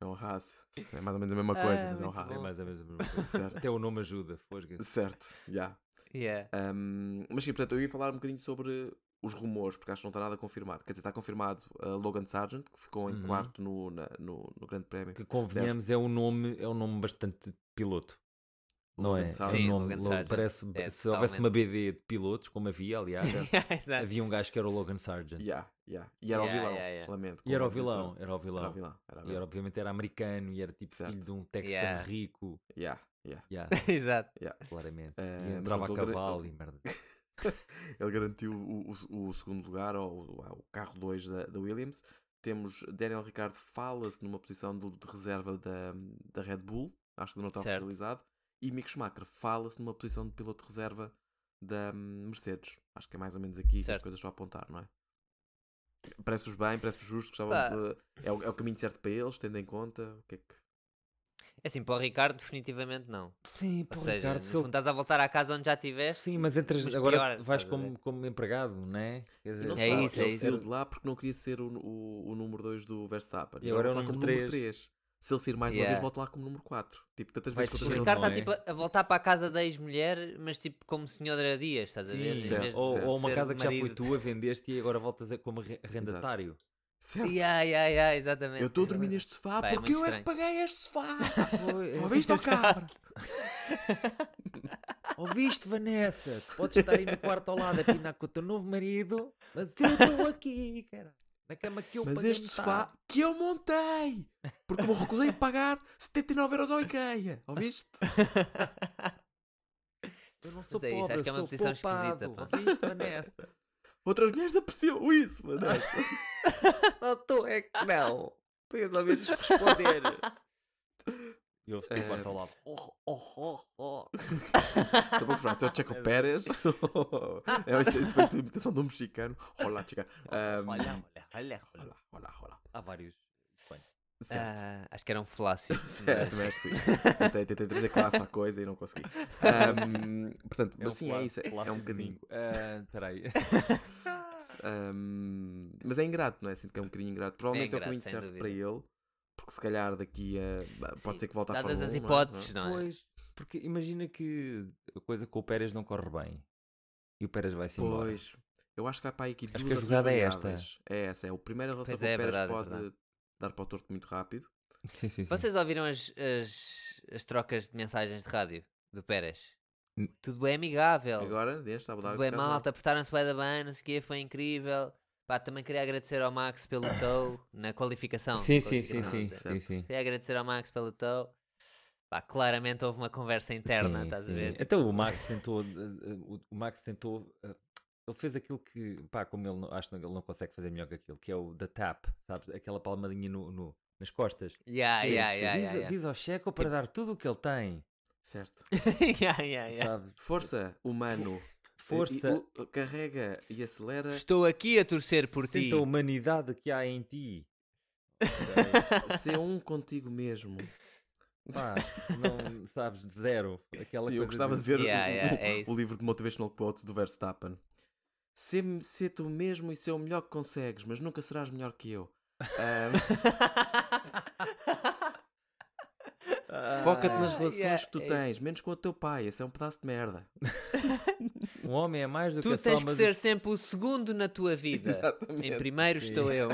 É um raço. É mais ou menos a mesma Ah, coisa, mas é um muito É raço. mais ou menos a mesma coisa. Certo, Até o nome ajuda, fosga-se. certo, já. Yeah. Um, mas sim, portanto, eu ia falar um bocadinho sobre os rumores, porque acho que não está nada confirmado. Quer dizer, está confirmado uh, Logan Sargent, que ficou em Uhum. quarto no, na- no, no Grande Prémio. Que convenhamos, é um nome, é um nome bastante piloto. Não Logan é? Sargent. É um Sim, nome, Logan logo- Sargent. parece, É, se houvesse totalmente. uma BD de pilotos, como havia, aliás, Exato. havia um gajo que era o Logan Sargent. Yeah, yeah. E era Yeah, o vilão, yeah, yeah. lamento. E era o completamente vilão, era o serão. Era o vilão. vilão. Era o E era, vilão. obviamente era americano e era tipo Certo. filho de um texano Yeah. rico. Yeah, yeah. Yeah, Exato. claramente. Eh, E mas entrava o a Logan- cavalo e merda. Ele garantiu o, o- o segundo lugar, ou o, o carro 2 da, da Williams. Temos Daniel Ricciardo fala-se numa posição de, de reserva da, da Red Bull, acho que não está Certo. oficializado. E Mick Schumacher fala-se numa posição de piloto de reserva da hum, Mercedes. Acho que é mais ou menos aqui que as Certo. coisas estão a apontar, não é? Parece-vos bem, parece-vos justo, gostavam Pá. de- é, o, é o caminho certo para eles, tendo em conta o que é que. É Assim, para o Ricardo, definitivamente não. Sim, Ou pô, seja, Ricardo, no se fundo ele- estás a voltar à casa onde já estiveste. Sim, mas entras mas agora pior, vais estás a como, ver? como empregado, não é? Quer E dizer, não É só, isso, é ele isso. saiu de lá porque não queria ser o, o, o número 2 do Verstappen. E agora é o volta lá número como número 3. Se ele sair mais uma Yeah. vez, volta lá como número 4. Tipo, tantas Vai vezes que O descer. ele Não Ricardo está é? tipo a- a voltar para a casa da ex-mulher, mas tipo como senhora Dias, estás a ver? Sim, Em certo, vez de ou, certo. ou uma ser casa que já foi marido. tua, vendeste e agora voltas a, como arre- arrendatário. Certo. Yeah, yeah, yeah, exatamente. Eu estou a dormir exatamente. neste sofá Pá, é porque eu muito é que estranho. paguei este sofá. Oi, é- Ouviste, ó cabra? Ouviste, Vanessa? Tu Podes estar aí no quarto ao lado a pinar com o teu novo marido, mas eu estou aqui, cara. Na cama que eu Mas paguei este metade. sofá que eu montei. Porque me recusei a pagar 79 euros ao Ikea. Ouviste? Eu não sou Mas é isso, pobre, acho que é eu uma sou posição poupado. esquisita, pá. Ouviste, Vanessa? Outras mulheres apreciam isso, é mano. Só tu é que não. Tens ao menos responder. E ouve-se Eh, do quarto ao lado. Oh, oh, oh, oh. Só para falar, se é o Checo Pérez. é, isso, isso foi a tua imitação de um mexicano. Olá, chicano. Ahm, Olha, olha, olha, olha. olá, olá, olá. Há vários. Bem, Certo. Ah, acho que era um falácio. Certo, mas sim. é Tentei, tentei trazer classe à coisa e não consegui. Ahm, portanto, mas sim, é plástico- isso. É, é um plástico bocadinho. domingo. Ah, Espera aí. ahm, mas é ingrato, não é? Sinto que é um bocadinho ingrato. Provavelmente é, ingrato, o caminho sem certo dúvida. para ele, porque se calhar daqui a. Pode Sim, ser que volte à Fórmula Dadas as 1, não é? hipóteses, não é? Pois, porque imagina que a coisa com o Pérez não corre bem. E o Pérez vai-se Não é? embora. Pois. Eu acho que há para aí aqui Acho duas que a ou três jogada é esta. variáveis. É essa, é o primeiro relação Pois que o é, é Pérez verdade, é pode verdade. dar para o torto muito rápido. Sim, sim, sim. Vocês ouviram as, as, as trocas de mensagens de rádio do Pérez? N- Tudo é amigável. Agora, neste Abu Dhabi, Tudo bem, por acaso, não. malta, portaram-se bem da bem, não sei o quê, foi incrível. Pá, também queria agradecer ao Max pelo tow na qualificação. Sim, na sim, sim, qualificação, sim, quer dizer. sim, sim. Queria agradecer ao Max pelo tow. Pá, claramente houve uma conversa interna, Sim, estás sim, a ver? sim. Então o Max tentou, eh, eh, o- o Max tentou, eh, ele fez aquilo que, pá, como ele não, acho que ele não consegue fazer melhor que aquilo, que é o da tap, sabes? Aquela palmadinha no, no- nas costas. Yeah, Sim, yeah, sim. yeah, diz, yeah, Tipo diz ao Checo para dar tudo o que ele tem, Certo. yeah. Yeah, yeah, yeah. sabe? Força, humano. Força. E- e- o- carrega e acelera. Estou aqui a torcer por Sente ti. a humanidade que há em ti. é. Ser um contigo mesmo. Pá, não sabes, zero. Aquela Sim, coisa eu gostava de ver o- Yeah, o, yeah, o- é isso. o livro de Motivational Quotes do Verstappen. Ser, ser tu mesmo e ser o melhor que consegues, mas nunca serás melhor que eu. Ahm, Foca-te nas Ah, relações yeah, que tu é isso. tens, menos com o teu pai. Esse é um pedaço de merda. Um homem é mais do que tu só tens que mas ser sempre o segundo na tua vida. Exatamente. Em primeiro Sim. estou eu.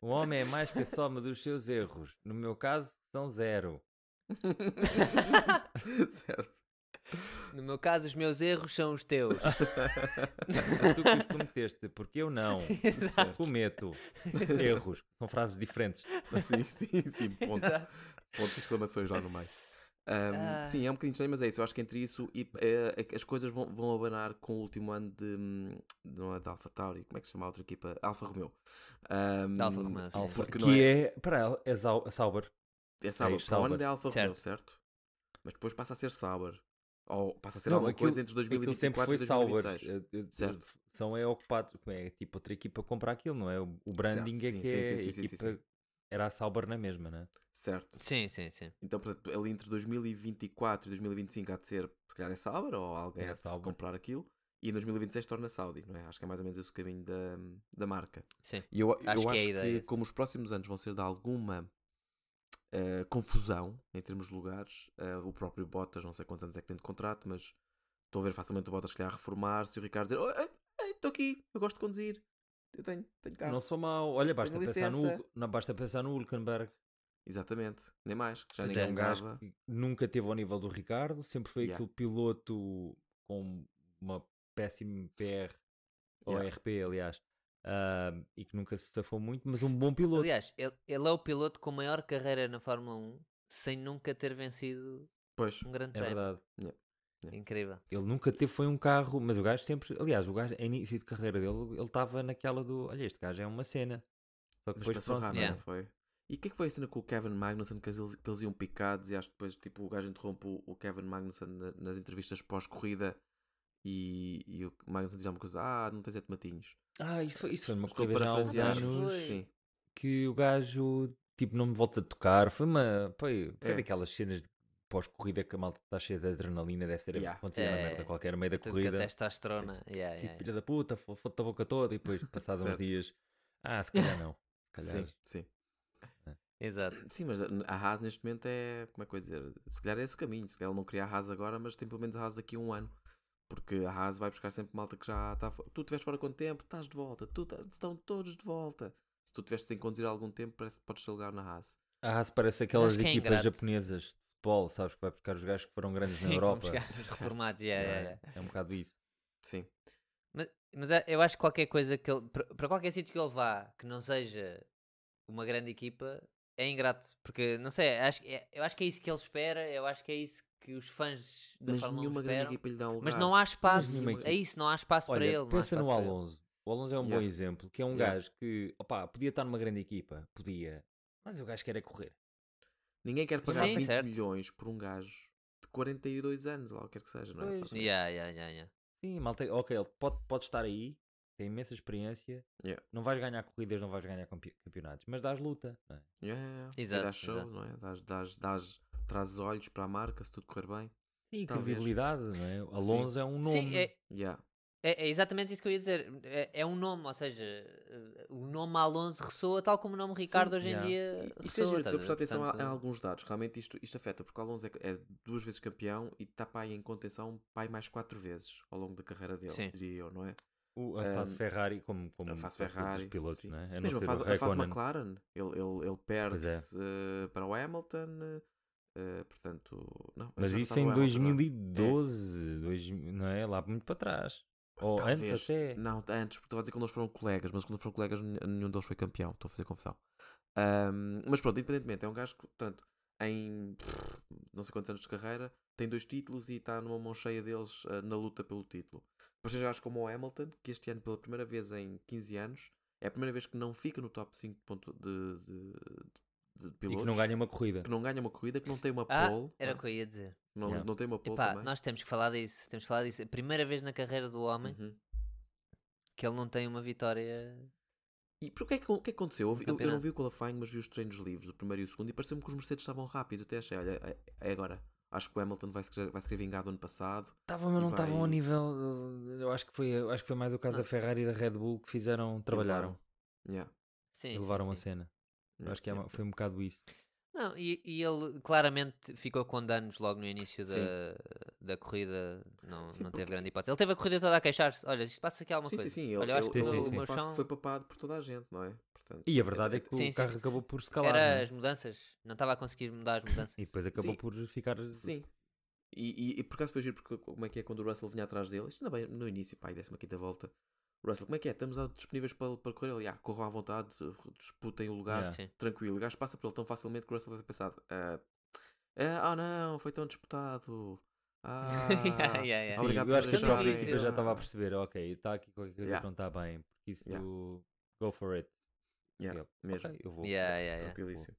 O homem é mais que a soma dos seus erros. No meu caso, são zero. certo. No meu caso, os meus erros são os teus. tu que os cometeste, porque eu não Certo. cometo erros. São frases diferentes. Sim, sim, sim. Ponto. Exato. Pontos de exclamações lá no meio. Ahm, Ah. Sim, é um bocadinho estranho, mas é isso. Eu acho que entre isso e eh, é que as coisas vão, vão abanar com o último ano de, hum, não é, de Alfa Tauri, como é que se chama a outra equipa? Alfa Romeo. Ahm, De Alfa Romeo, sim. Alfa- que Porque não que é, é, para é Sau- Sauber. é Sauber. é Para o ano Sauber. é Alfa Romeo, certo? Mas depois passa a ser Sauber. Ou passa a ser alguma coisa entre aquilo sempre 2024 foi e 2026. Sauber. Eh, eh, Certo. São é ocupados, é tipo outra equipa comprar aquilo, não é? O o branding sim, é que sim, é sim, sim, a sim, sim, equipa- Era a Sauber na mesma, né? Certo. Sim, sim, sim. Então, portanto, ali entre 2024 e 2025 há de ser, se calhar é Sauber, ou alguém É há de se Sauber. comprar aquilo. E em 2026 torna Saudi, não é? Acho que é mais ou menos esse o caminho da, da marca. Sim. E eu, eu Acho acho que é a que, ideia. como os próximos anos vão ser de alguma eh, confusão em termos de lugares, eh, o próprio Bottas, não sei quantos anos é que tem de contrato, mas estou a ver facilmente o Bottas se calhar reformar-se e o Ricardo dizer: estou aqui, eu gosto de conduzir, eu tenho, tenho carro. Não sou mau. Olha, basta Ah, Tenho pensar, no, licença. Hul- não, basta pensar no Hulkenberg. Exatamente, nem mais, que já Pois ninguém é, um andava. gajo que nunca teve ao nível do Ricardo, sempre foi Yeah. aquele piloto com uma péssima PR, ou Yeah. RP, aliás, ah, e que nunca se safou muito, mas um bom piloto. Aliás, ele, ele é o piloto com maior carreira na Fórmula 1 sem nunca ter vencido Pois, um grande é prémio. verdade. Incrível. Ele nunca teve, foi um carro, mas o gajo sempre, aliás, o gajo, em início de carreira dele, ele estava naquela do, olha, este gajo é uma cena. Só que mas depois passou pronto, rápido, né? yeah. não foi? E o que é que foi a cena com o Kevin Magnussen que eles, que eles iam picados e acho que depois tipo, o gajo interrompe o, o Kevin Magnussen na- nas entrevistas pós-corrida e, e o Magnussen diz alguma coisa, ah, não tens sete matinhos. Ah, isso foi, isso foi uma Estou corrida já há uns parafrasear. anos Foi. Sim. que o gajo, tipo, não me volta a tocar. Foi uma, foi, foi É. daquelas cenas de pós-corrida que a malta está cheia de adrenalina, deve ter Yeah. acontecido uma É. merda qualquer no meio da Tudo que é. a corrida. testosterona. Yeah, yeah, é. Tipo, yeah. filha da puta, fo- foda-te a boca toda e depois, passados uns Certo. dias, ah, se calhar não. Se calhar. Sim, sim. Exato. Sim, mas a Haas neste momento é. Como é que eu ia dizer? Se calhar é esse o caminho. Se calhar ele não cria a Haas agora, mas tem pelo menos a Haas daqui a um ano. Porque a Haas vai buscar sempre malta que já está. fo- Tu estiveste fora quanto tempo? Estás de volta. Tu tá- Estão todos de volta. Se tu estiveste sem conduzir há algum tempo, parece que podes ser lugar na Haas. A Haas parece aquelas que é equipas ingrato. japonesas de futebol, sabes, que vai buscar os gajos que foram grandes Sim, na como Europa. os gajos Certo. reformados. não Yeah, yeah, é? yeah. É um bocado isso. Sim. Mas, mas é- eu acho que qualquer coisa que ele. pra- Para qualquer sítio que ele vá que não seja uma grande equipa, é ingrato. Porque, não sei, acho, que é- eu acho que é isso que ele espera, eu acho que é isso que os fãs da Mas Fórmula 1 nenhuma grande esperam. equipa lhe dá um lugar. Mas não há espaço, nenhuma equipa. é isso, não há espaço para Olha, ele. não há pensa no espaço para ele. Alonso. O Alonso é um bom Yeah. exemplo, que é um Yeah. gajo que, opá, podia estar numa grande equipa, podia, mas o gajo quer é correr. Ninguém quer pagar Sim, 20 certo. milhões por um gajo de 42 anos, lá o que quer que seja, não é? Pois. Yeah, yeah, yeah, yeah. Sim, malta, ok, ele pode, pode estar aí, tem imensa experiência, Yeah. não vais ganhar corridas, não vais ganhar campe- campeonados, mas dás luta. não é? Yeah, yeah, yeah. E Exato, Dás show, exato. não é? Dás, dás, dás, trazes olhos para a marca se tudo correr bem. Sim, Talvez. credibilidade, não é? O Alonso é um nome. Sim, é, Yeah. é- é exatamente isso que eu ia dizer. É, é um nome, ou seja, eh, o nome Alonso ressoa tal como o nome Ricardo hoje yeah. em dia. Sim, Eh, ressoa, Isto é giro, estás a estou a prestar ver? atenção a, Portanto, a alguns dados. Realmente isto, isto afeta, porque o Alonso é, é duas vezes campeão e está pai em contenção pai mais quatro vezes ao longo da carreira dele, Sim. diria eu, não é? O, a fase Ferrari, como, como a quase fase todos os Ferrari, pilotos, sim. não é? A não Mesmo a ser fase, o a fase Raikkonen. é. McLaren, ele, ele, ele perde eh, para o Hamilton, eh, portanto, não, Mas já não isso está no em Hamilton, não é? 2012, dois- não é? Lá muito para trás. Ou antes Talvez. até. Não, antes, porque estava a dizer que eles foram colegas, mas quando foram colegas nen- nenhum deles foi campeão, estou a fazer confusão. Ahm, mas pronto, independentemente, é um gajo que, portanto, em pff, não sei quantos anos de carreira, tem dois títulos e está numa mão cheia deles ah, na luta pelo título. Depois tens gajos como o Hamilton, que este ano, pela primeira vez em 15 anos, é a primeira vez que não fica no top 5 ponto de, de, de- de E pilotos. que não ganha uma corrida. que não ganha uma corrida, que não tem uma Ah, pole. Era o não, é? que eu ia dizer. não, Yeah. não tem uma pole Epá, também. nós temos que falar disso. Temos que falar disso. É A primeira vez na carreira do homem Uhum. que ele não tem uma vitória. E por que é que, o que é que aconteceu? Eu, vi- eu- eu não campeonato. vi o qualifying, mas vi os treinos livres, o primeiro e o segundo, e pareceu-me que os Mercedes estavam rápidos. Eu Até achei, olha, é, é agora. Acho que o Hamilton vai se querer, vai se querer vingar do ano passado. Estava, mas E não estavam ao vai- nível. uh, Eu acho que foi, eu acho que foi mais o caso da Ferrari e da Red Bull que fizeram, trabalharam, Yeah. Sim. e sim, levaram assim. a sim. cena. Eu yeah, acho que é yeah. uma- foi um bocado isso. Não, e, e ele claramente ficou com danos logo no início Sim. da, da corrida. Não, Sim, não porque- teve grande hipótese. Ele teve a corrida toda a queixar-se. Olha, isto passa aqui alguma Sim, sim, coisa. sim. Ele, Olha, eu acho ele- que sim, ele- sim, o sim. meu confesso que chão foi papado por toda a gente, não é? Portanto, E a verdade é que Sim, o sim, carro sim. acabou né? por se calar. não era é? as mudanças. Não estava a conseguir mudar as mudanças. E depois acabou Sim. por ficar. Sim. E, e, e por acaso foi giro porque como é que é quando o Russell vinha atrás dele? Isto ainda bem no início, pá, e 15 volta. Russell, como é que é? Estamos ah, disponíveis para, para correr? Ele, ah, corram à vontade, disputem o lugar, Yeah. Sim. tranquilo. O gajo passa por ele tão facilmente que o Russell deve ter pensado: ah, ah, oh não, foi tão disputado. Ah, Yeah, yeah, yeah. Sim, obrigado eu por acho que a deixarem. própria Sim, equipa é. sim. já estava a perceber, ok, está aqui qualquer coisa Yeah. que não está bem, porque isso Yeah. go for it. Yeah, Eu, mesmo. ok, eu vou. Yeah, yeah, yeah. Tranquilíssimo.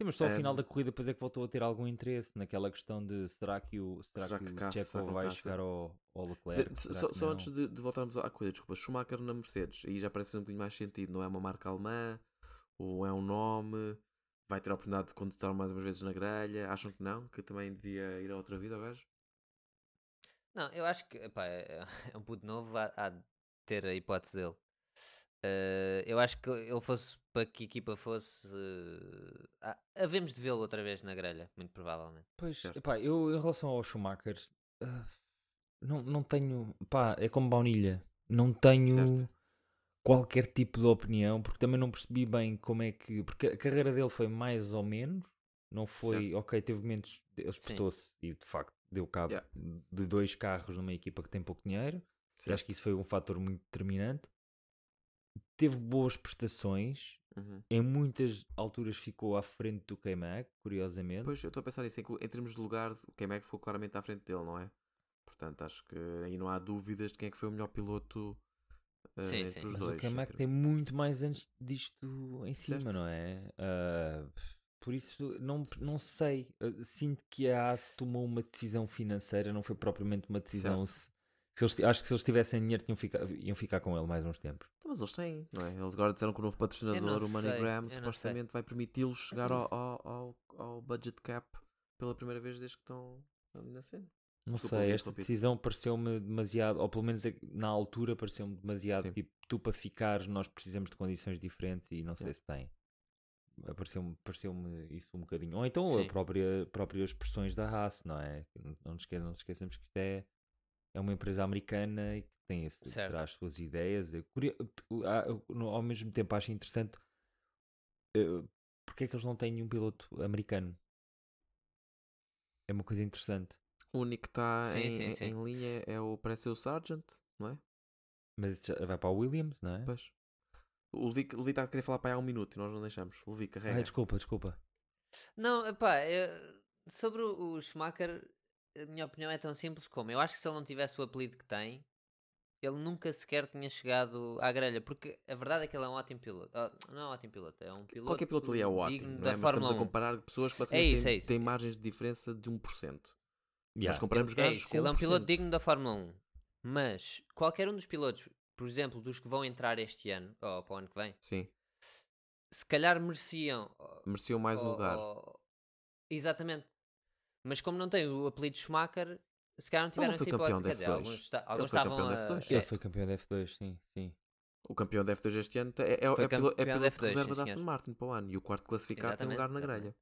Sim, mas só ao Um, final da corrida depois é que voltou a ter algum interesse naquela questão de será que o, será Será que que o caça, será Checo que não vai caça? chegar ao, ao Leclerc? De- será só que só não? antes de, de voltarmos à coisa, desculpa, Schumacher na Mercedes, aí já parece fazer um bocadinho mais sentido, não é uma marca alemã, ou é um nome, vai ter a oportunidade de condutar mais umas vezes na grelha, acham que não? Que também devia ir a outra vida, o gajo? Não, eu acho que epá, é é um puto novo, há, há de ter a hipótese dele. Eh, eu acho que ele fosse para que equipa fosse. eh, ah, havemos de vê-lo outra vez na grelha, muito provavelmente. Pois, Certo. epá, eu em relação ao Schumacher, ah, não, não tenho, pá, é como baunilha, não tenho Certo. qualquer tipo de opinião, porque também não percebi bem como é que, porque a carreira dele foi mais ou menos, não foi, ok, teve momentos, ele espetou-se e de facto deu cabo Yeah. de dois carros numa equipa que tem pouco dinheiro, e acho que isso foi um fator muito determinante. Teve boas prestações, Uhum. em muitas alturas ficou à frente do K-Mac, curiosamente. Pois, eu estou a pensar nisso, em, clu- em termos de lugar, o K-Mac ficou claramente à frente dele, não é? Portanto, acho que aí não há dúvidas de quem é que foi o melhor piloto eh, Sim, entre sim. os Mas dois. o em Kamak tem termos- muito mais antes disto em cima, Certo. não é? Ah, por isso, não, não sei. Ah, Sinto que a AS tomou uma decisão financeira, não foi propriamente uma decisão. Se, se eles ti- acho que se eles tivessem dinheiro, tinham fica- iam ficar com ele mais uns tempos. Então, Mas eles têm, não é? Eles agora disseram que o novo patrocinador, o sei, eu não MoneyGram, sei. supostamente vai permiti-los chegar ao, ao, ao, ao budget cap pela primeira vez desde que estão ali na cena. Não Desculpa, sei, ouvi-te, esta ouvi-te. decisão pareceu-me demasiado, ou pelo menos a- na altura pareceu-me demasiado, Sim. tipo, tu para ficares nós precisamos de condições diferentes e não sei Yeah. se tem. Pareceu-me pareceu isso um bocadinho. Ou então Sim. a própria, próprias pressões da Haas, não é? Não, não, nos esqueçamos, não nos esqueçamos que isto é, é uma empresa americana e que tem esse, Certo. terá as suas ideias. Eu curio- ah, eu, no- ao mesmo tempo acho interessante eh, porque é que eles não têm nenhum piloto americano. É uma coisa interessante. O único que está Sim, em, sim, em- sim. em linha é o, parece ser o Sargent, não é? Mas isso já vai para o Williams, não é? Pois. O Levi Levi está a querer falar para aí há um minuto e nós não deixamos. Levi, carrega. Ai, desculpa, desculpa. Não, epá, eu- sobre o, o Schumacher, a minha opinião é tão simples como eu acho que se ele não tivesse o apelido que tem, ele nunca sequer tinha chegado à grelha, porque a verdade é que ele é um ótimo piloto. Ah, não é um ótimo piloto, é um piloto. Qualquer piloto ali é ótimo, digno não da é? Mas Fórmula estamos a 1. comparar pessoas que É basicamente isso, têm, é isso. têm margens de diferença de 1%. Nós Yeah. comparamos ele, é gajos isso, com ele é um 1%. piloto digno da Fórmula 1. Mas qualquer um dos pilotos, por exemplo, dos que vão entrar este ano, ou para o ano que vem, Sim, se calhar mereciam. ó, mereciam mais um ó, lugar. ó, Exatamente. Mas como não tem o apelido Schumacher, se calhar não Ele tiveram foi essa campeão hipótese. da Quer dizer, F2. alguns, esta- alguns foi estavam campeão da a... F2. é, Ele foi campeão da F2, sim, sim. O campeão da F2 este ano tá- é, é, é, pilo- é Foi campeão da piloto de F2, reserva sim, da senhor. Aston Martin para o ano e o quarto classificado tem Exatamente, lugar na exatamente. grelha.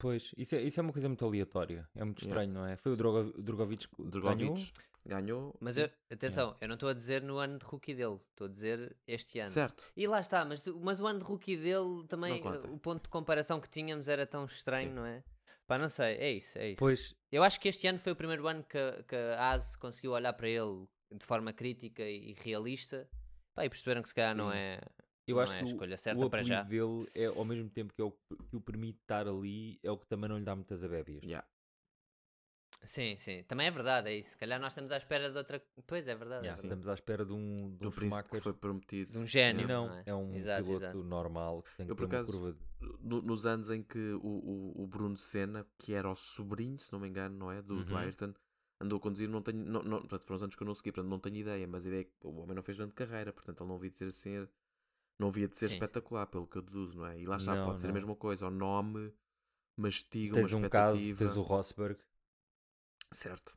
Pois, isso é, isso é uma coisa muito aleatória. É muito Yeah. estranho, não é? Foi o Drogo, Drogovic que ganhou. Drogovic ganhou. Mas sim. eu- atenção, eu não estou a dizer no ano de rookie dele, estou a dizer este ano. Certo. E lá está, mas, mas o ano de rookie dele também, Não conta. eh, o ponto de comparação que tínhamos era tão estranho, Sim. não é? Pá, não sei, é isso, é isso. Pois, Eu acho que este ano foi o primeiro ano que, a- que a ASE conseguiu olhar para ele de forma crítica e realista. Pá, e perceberam que se calhar não Sim. é. eu Não acho é a que o, escolha o certa para já. apelido dele é, ao mesmo tempo que é o que que o permite estar ali, é o que também não lhe dá muitas abébias. Yeah. Sim, sim. Também é verdade, é isso. Se calhar nós estamos à espera de outra. Pois é verdade. Yeah, é sim. Estamos à espera de um, de um Do príncipe que Schumacher. foi prometido. De um gênio, E Yeah. não, não é? é um Exato, piloto exato. normal que tem que Eu, ter por uma acaso, curva de... No- nos anos em que o, o, o Bruno Senna, que era o sobrinho, se não me engano, não é? Do, do Uhum. Ayrton, andou a conduzir, não tenho. Não, não, portanto, foram os anos que eu não segui, portanto, não tenho ideia, mas a ideia é que o homem não fez grande carreira, portanto, ele não via de ser assim. Não via de ser Sim. espetacular, pelo que eu deduzo, não é? E lá está, Não, pode ser a não. mesma coisa, o nome mastiga Tens uma um caso, expectativa. tens o Rosberg, Certo.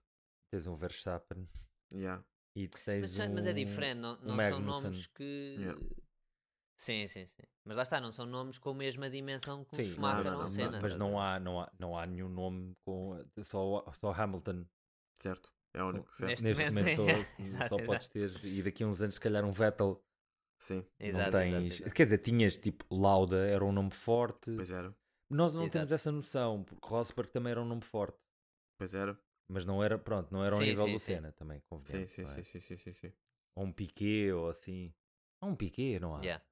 tens um Verstappen Yeah. e tens Mas, um... mas é diferente, não, não são Magnussen. nomes que. Yeah. Sim, sim, sim. Mas lá está, não são nomes com a mesma dimensão que o Sim, Schumacher não, ou não, o não, Senna. não, mas estás a não ver? há, não, há, não há nenhum nome com só, só Hamilton. Certo. É o único, certo. Neste Neste momento, momento sim. só, Exato, só exato. podes ter, e daqui a uns anos, se calhar, um Vettel. Sim, Exato, não exato, tens. exato. Quer dizer, tinhas tipo Lauda, era um nome forte. pois era. Nós não Exato. temos essa noção, porque Rosberg também era um nome forte. Pois era. Mas não era, pronto, não era ao Sim, nível sim, do sim. Senna também, Sim, convenhamos. sim, não é? sim, sim, sim, sim, sim. Ou um Piquet, ou assim. Há um Piquet, não há? Yeah.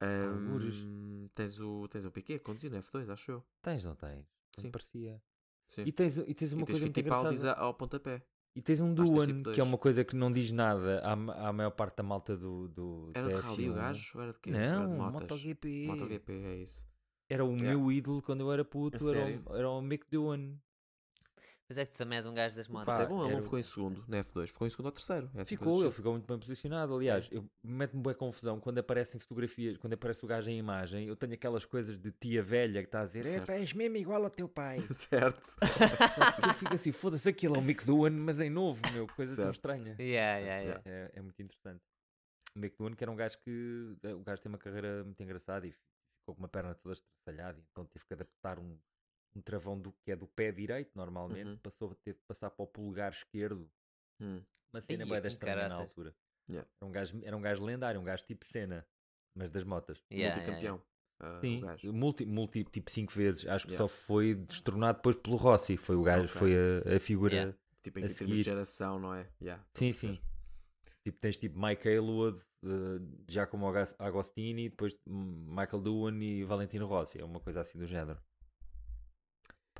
Algures. Ahm, tens, o, tens o Piquet a conduzir no F2, acho eu. Tens, não tens? Não Sim. parecia. Sim. E tens, e tens uma e tens coisa muito Fittipaldis engraçada. a- ao pontapé. E tens um que tens Duan, tipo que é dois. uma coisa que não diz nada à, ma- à maior parte da malta do. do Era da de rally o F1. gajo? Ou era de quê? era de né? Não, um motas. MotoGP. MotoGP, é isso. Era o Yeah. meu ídolo quando eu era puto, A era sério? o, era o Mick Duan. Mas é que tu também és um gajo das motos. Pá, Até bom, ele era não o- ficou em segundo na F2, ficou em segundo ou terceiro. É assim que eu Ficou, ele deixei. ficou muito bem posicionado. Aliás, É. eu mete-me boa confusão quando aparecem fotografias, quando aparece o gajo em imagem, eu tenho aquelas coisas de tia velha que está a dizer: Certo. "Epá, és mesmo igual ao teu pai. Certo. eu fico assim, foda-se, aquilo é o Mick Duan, mas em novo, meu, coisa tão Certo. estranha. Yeah, yeah, yeah. É, é muito interessante. O Mick Duan, que era um gajo que. eh, O gajo tem uma carreira muito engraçada e fi- ficou com uma perna toda estressalhada, então teve que adaptar um, um travão do que é do pé direito, normalmente, Uhum. passou a ter que passar para o polegar esquerdo. Hum, Uma cena Ai, bué com da estranha na caraças. altura. Yeah. Era, um gajo, era um gajo lendário, um gajo tipo cena, mas das motas. Yeah, yeah, yeah. multicampeão. ah, o gajo. multi, multi, tipo cinco vezes. Acho que só Yeah. foi destronado depois pelo Rossi. Foi o gajo, Ok. foi a, a figura. Yeah. Tipo, em a que termos seguir. de geração, não é? Yeah, estou a Sim, perceber. sim. Tipo, tens tipo Mike Haywood, eh, Giacomo Agas- Agostini, depois hum, Michael Doohan e Valentino Rossi. É uma coisa assim do género.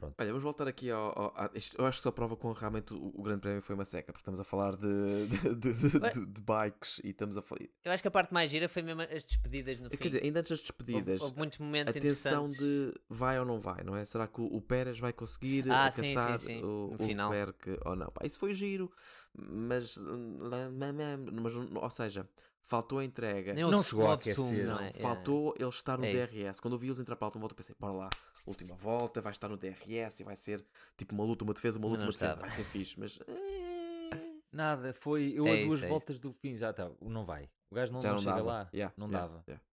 Olha, vamos voltar aqui ao. ao- a- isto eu acho que só prova com realmente o, o Grande Prémio foi uma seca, porque estamos a falar de, de, de- de- Ué. de- de bikes e estamos a falar. Eu acho que a parte mais gira foi mesmo as despedidas É no fim. Quer dizer, ainda antes das despedidas, houve, houve muitos momentos a tensão interessantes. de vai ou não vai, não é? Será que o, o Pérez vai conseguir Ah, sim, sim, alcançar sim, o, no o final. Leclerc ou não? Pá, isso foi giro, mas. mas ou seja, faltou a entrega. Nem houve- Não chegou a houve sumo, aquecer. Não, é? faltou ele estar no É isso. DRS. Quando eu vi eles entrar para a última volta, pensei, bora lá, última volta, vai estar no DRS e vai ser tipo uma luta, uma defesa, uma Mas luta, não uma defesa, estava. vai ser fixe, mas. eh, Nada, foi. Eu É a isso, duas é isso. voltas do fim já está. Não vai. O gajo não, Já não não chega dava. lá. Yeah, não yeah, é dava. yeah.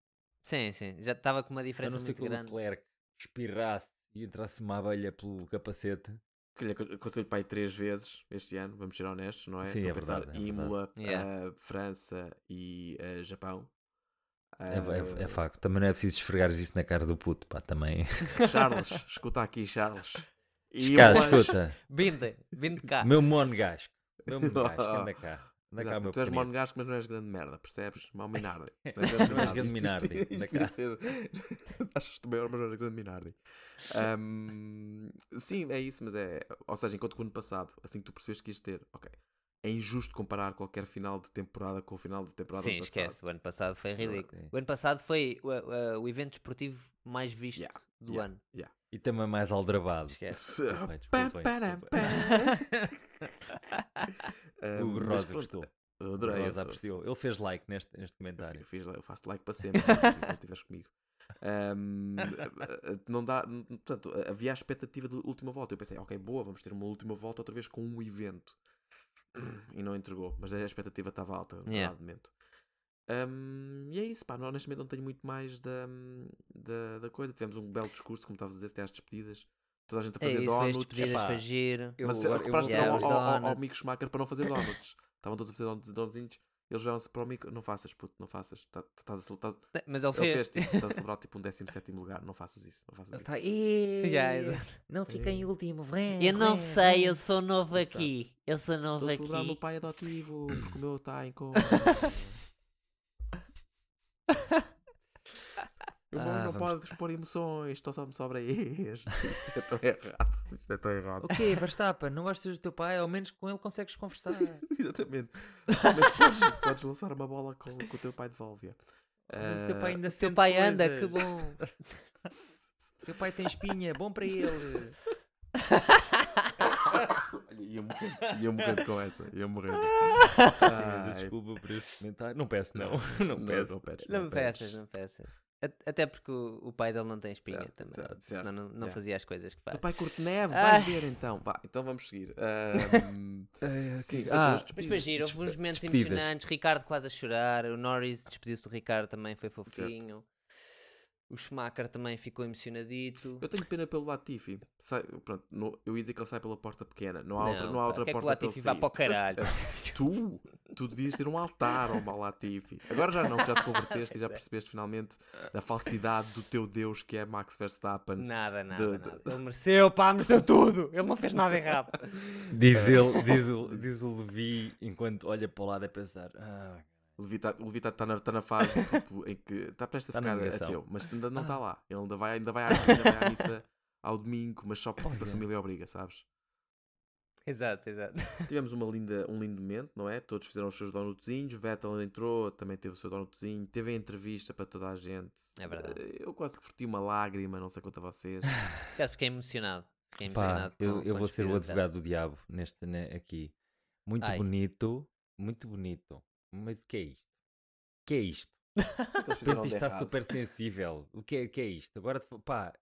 Sim, sim. Já estava com uma A diferença não ser muito que o grande. Leclerc espirrasse e entrasse uma abelha pelo capacete. Que lhe aco- aconteceu-lhe para aí três vezes este ano, vamos ser honestos, não é? Sim, Estou é a pensar verdade, é Imola, Yeah. eh, França e eh, Japão. É, é- é Eh, facto. Também não é preciso esfregares isso na cara do puto, pá, também. Charles, escuta aqui, Charles. E Cá, eu acho- escuta. Binde, binde cá. Meu monegasco. Meu monegasco, anda cá. Anda cá, Exato, meu tu és pequenino. monegasco, mas não és grande merda, percebes? Mal Minardi. Não és grande Minardi, anda Isto- isto- isto devia cá. ser- Achas-te maior, mas não és grande Minardi. Ahm, sim, é isso, mas é. Ou seja, enquanto que o ano passado, assim que tu percebeste que ias ter, ok. É injusto comparar qualquer final de temporada com o final de temporada do Sim, ano passado. é. esquece. O ano passado foi Sim. ridículo. O ano passado foi o, a- a- o evento desportivo mais visto Yeah, do yeah. ano. E também mais aldrabado. Esquece. Desculpem, Pá, desculpem, pá, desculpem. Ahm, O mas Rosa pronto, gostou. Eu O adorei. eu Rosa sou- apreciou. Ele fez like neste, neste Eu, comentário. fiz, eu faço like para sempre quando estiveres comigo. Ahm, eh, não dá, portanto, eh, havia a expectativa de última volta. Eu pensei, ok, boa, vamos ter uma última volta outra vez com um evento. E não entregou, mas a expectativa estava alta, no Yeah. momento. Ahm, e é isso, pá, não- honestamente não tenho muito mais da, da, da coisa. Tivemos um belo discurso, como estavas a dizer, até às despedidas. Toda a gente a É fazer isso, foi as donuts. despedidas, Epá, foi giro. Eu Mas é eh, agora- eu reparaste vou- usar ao, os ao, ao, ao donuts. Mick Schumacher para não fazer donuts. Estavam todos a fazer donuts, donutzinhos. Eles vieram-se para o Mick. Não faças, puto, não faças. Tá- tá- Estás a, cele- estás- Mas ele ele fez. fez, tipo, estás a celebrar tipo um 17 lugar. Não faças isso, não faças isso. Tá, "Ê, Yeah, exato. não fica em último, vem. Eu não vem, é? sei, eu vem." sou novo Exato. aqui. Eu sou novo Estou a celebrar o meu aqui. pai adotivo porque o meu está em coma. O meu Ah, não vamos- pode expor emoções, só me sobra este. Isto é tão errado. Isto é tão errado. Ok, Verstappen, não gostas do teu pai, ao menos com ele consegues conversar. Exatamente. Mas podes, podes lançar uma bola com, com o teu pai de Volvia. Mas o teu pai ainda O teu sente pai anda, coisas. que bom. O teu pai tem espinha, bom para ele. Olha, ia morrendo, ia morrendo com essa, ia morrendo. Ah. Ai, Desculpa por este comentário. Não peço, não. Não, não, peço. não pedes, Não me pedes. peças, não me peças. A- Até porque o, o pai dele não tem espinha Certo, também. certo, senão certo, não, não yeah. fazia as coisas que faz. Teu Então, pai curte neve, Ai. vais ver então. Vá, então vamos seguir. Ahm, sim, Ah, então, Mas despedidas, foi giro, houve uns despedidas. momentos despedidas. emocionantes. Ricardo quase a chorar. O Norris despediu-se do Ricardo também, foi fofinho. O Schumacher também ficou emocionadito. Eu tenho pena pelo Latifi. Sai- pronto, não- eu ia dizer que ele sai pela porta pequena. Não há outra, não há pá, outra o que é que o porta para Latifi ele vá sair. para o caralho. tu, tu devias ter um altar ao mau Latifi. Agora já não, que já te converteste e já é. percebeste finalmente a falsidade do teu Deus que é Max Verstappen. Nada, De- de- nada, nada. Ele mereceu, pá, mereceu tudo. Ele não fez nada errado. Diz ele, diz, o- diz o Levi enquanto olha para o lado a pensar. "Ah, O Levita está na, tá na fase tipo, em que está prestes a Tá na ficar negação. ateu, mas ainda não está Ah. lá. Ele ainda vai, ainda vai, à, ainda vai à missa ao domingo, mas só porque tipo, a Olha. família obriga, sabes? exato, exato. Tivemos uma linda, um lindo momento, não é? Todos fizeram os seus donutezinhos. Vettel entrou, também teve o seu donutezinho. Teve a entrevista para toda a gente. É verdade. Eh, Eu quase que verti uma lágrima, não sei quanto a vocês. Por acaso fiquei emocionado. Fiquei Pá, emocionado. eu, com- eu com a vou ser o despedida de advogado do diabo neste, né, aqui. Muito Ai. bonito, muito bonito. Mas o que é isto? O que é isto? O que eles De repente fizeram de isto está errado? super sensível. O que, é, o que é isto? Agora, te- pá,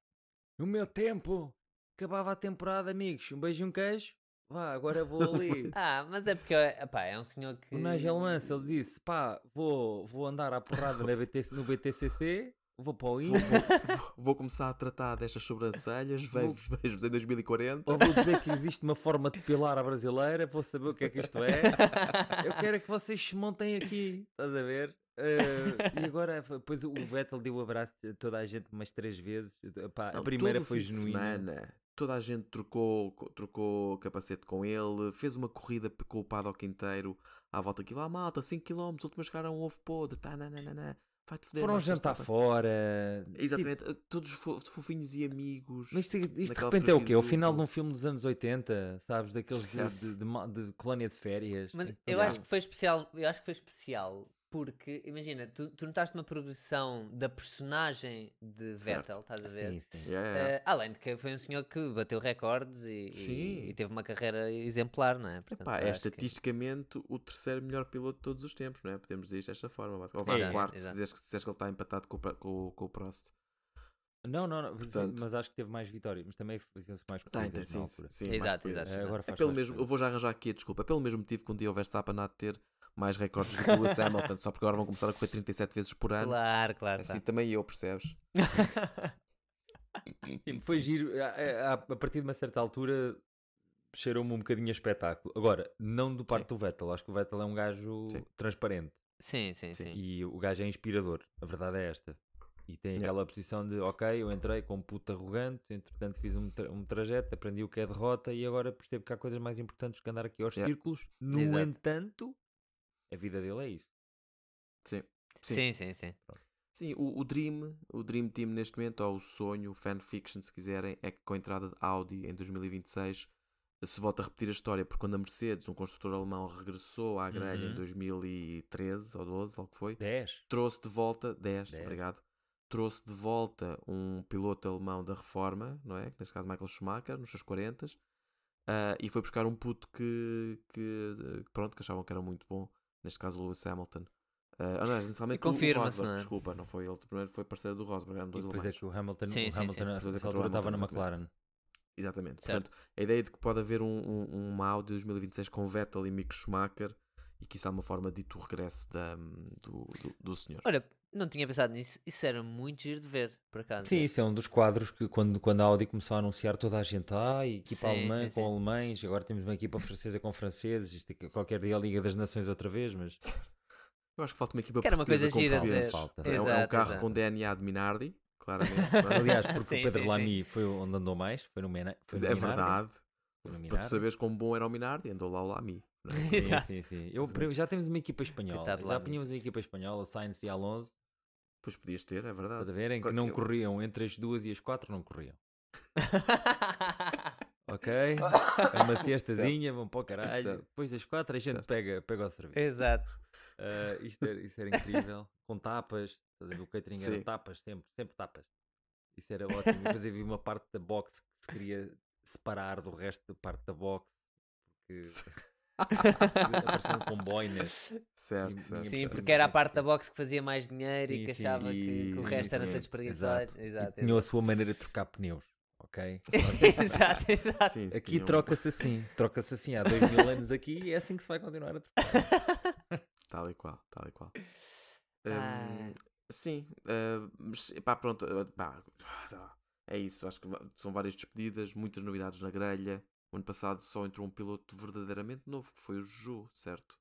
no meu tempo, acabava a temporada, amigos. Um beijo e um queijo. Vá, agora vou ali. Vettel. Ah, mas é porque epá, é um senhor que. o Nigel Mansell disse, pá, vou, vou andar à porrada na BTC, no BTCC, vou para o Vou, Indy. vou- vou- vou começar a tratar destas sobrancelhas. Vejo-vos vejo em 2040. Ou vou dizer que existe uma forma de pilar à brasileira, vou saber o que é que isto é. Eu quero é que vocês se montem aqui, estás a ver? Eh, e agora, foi- depois o Vettel deu o abraço a toda a gente umas três vezes. Pá, Não, a primeira todo o foi fim de genuína. Semana, toda a gente trocou, co- trocou capacete com ele, fez uma corrida p- com o paddock inteiro à volta aqui. Lá, malta, 5km, última chegar a um ovo podre. Tá, nananana, vai-te foder. Foram Max jantar Verstappen. fora. Exatamente, eh, todos fo- fofinhos e amigos. Tipo, mas isto, isto de Naquela repente é o fotografia quê? O do- final do- de um filme dos anos 80, sabes? Daqueles de, Certo. de, de ma- de colónia de férias. Mas Então, eu é. acho que foi especial. Eu acho que foi especial porque, imagina, tu, tu notaste uma progressão da personagem de Certo. Vettel, estás a ver? sim, sim. Yeah, yeah. Eh, além de que foi um senhor que bateu recordes e, e- Sim. e teve uma carreira exemplar, não é? Portanto, Pá, eu é acho que- estatisticamente o terceiro melhor piloto de todos os tempos, não é? Podemos dizer isto desta forma. basicamente. Ou vai Exato, quarto, se exato. disseres, que- se disseres que ele está empatado com o, Pro- com, o- com o Prost. Não, não, não. Portanto- mas acho que teve mais vitórias. Mas também faziam-se mais Tá, corridas então, na sim, sim, altura. sim, mais Exato, corridas. exato. Eh, agora É faz pelo mais mesmo, eu coisas. vou já arranjar aqui a desculpa. É pelo mesmo motivo que um dia o Verstappen há de ter mais recordes do que o Lewis Hamilton, só porque agora vão começar a correr 37 vezes por ano. Claro, claro. Assim Tá. também eu, percebes? Sim, foi giro. A, a- a- a partir de uma certa altura cheirou-me um bocadinho a espetáculo. Agora, não do parte Sim. do Vettel. Acho que o Vettel é um gajo Sim. transparente Sim, sim, Sim. sim. e o gajo é inspirador. A verdade é esta. E tem Yeah. aquela posição de ok, eu entrei com um puto arrogante, entretanto fiz um, tra- um trajeto, aprendi o que é derrota e agora percebo que há coisas mais importantes que andar aqui aos Yeah. círculos. No Exato. entanto, a vida dele é isso. Sim. Sim. Sim, sim, sim. Sim, o, o Dream, o Dream Team neste momento, ou o sonho, o fanfiction, se quiserem, é que com a entrada de Audi em 2026 se volta a repetir a história, porque quando a Mercedes, um construtor alemão, regressou à grelha em Uhum. 2013 ou 12, logo foi, 10. trouxe de volta 10, Dez. obrigado. Trouxe de volta um piloto alemão da reforma, não é? Neste caso, Michael Schumacher, nos seus 40 ah, e foi buscar um puto que, que, eh, pronto, que achavam que era muito bom, neste caso, o Lewis Hamilton. Ah, aliás, inicialmente o- o confirma-se, Rosberg, não é? desculpa, não foi ele, primeiro foi parceiro do Rosberg, eram E dois depois é alemães. que o Hamilton, Sim, sim, o sim. Hamilton Depois é que nessa entrou o altura estava na Hamilton, McLaren. Exatamente. Certo. Portanto, a ideia de que pode haver um, um, um Audi 2026 com Vettel e Mick Schumacher, e que isso é uma forma de o regresso da, hum, do, do, do senhor. Olha, não tinha pensado nisso. Isso era muito giro de ver, por acaso. Sim, isso é um dos quadros que quando, quando a Audi começou a anunciar toda a gente, ah, equipa Sim, alemã sim, com sim. alemães, agora temos uma equipa francesa com franceses, isto é que qualquer dia a Liga das Nações outra vez, mas Eu acho que falta uma equipa Que era uma portuguesa coisa com gira de portugueses. ver. Falta. É, um- é um Exato, carro exato. com DNA de Minardi, claramente. não é? aliás, porque Sim, o Pedro sim, sim. Lamy foi onde andou mais, foi no Mena. Foi no é Minardi, verdade. foi no Para tu Minardi. saberes quão bom era o Minardi, andou lá o Lami. não é? Sim, Exato. sim, sim. Eu, primeiro, já temos uma equipa espanhola, Coitado já Lamy. tínhamos uma equipa espanhola, Sainz e Alonso, Pois podias ter, é estás a verdade. ver, em que Claro não que eu- corriam, entre as duas e as quatro não corriam. Ok? É uma siestazinha, vão para o caralho. Certo. Depois das quatro a gente Certo. pega, pega o serviço. Exato. Ah, isto era, isso era incrível. Com tapas. estás a ver, O catering Sim. era tapas, sempre, sempre tapas. Isso era ótimo. E depois havia uma parte da box que se queria separar do resto da parte da box. Porque apareciam com boinas. Certo, Ninguém certo. percebe. Sim, certo. porque era a parte da box que fazia mais dinheiro e Sim, que sim, achava que, que o e- resto eram todos exatamente, preguiçosos. Exato, Tinham a exato. sua maneira de trocar pneus. Ok? exato, exato. Sim, Aqui tinha um- troca-se assim. Troca-se assim há dois mil anos aqui e é assim que se vai continuar a trocar. Tal e qual, tal e qual. Ah. Hum, Sim, eh, mas, pá, pronto, eh, pá, sei lá, é isso. Acho que va- são várias despedidas, muitas novidades na grelha. O ano passado só entrou um piloto verdadeiramente novo, que foi o Ju, certo?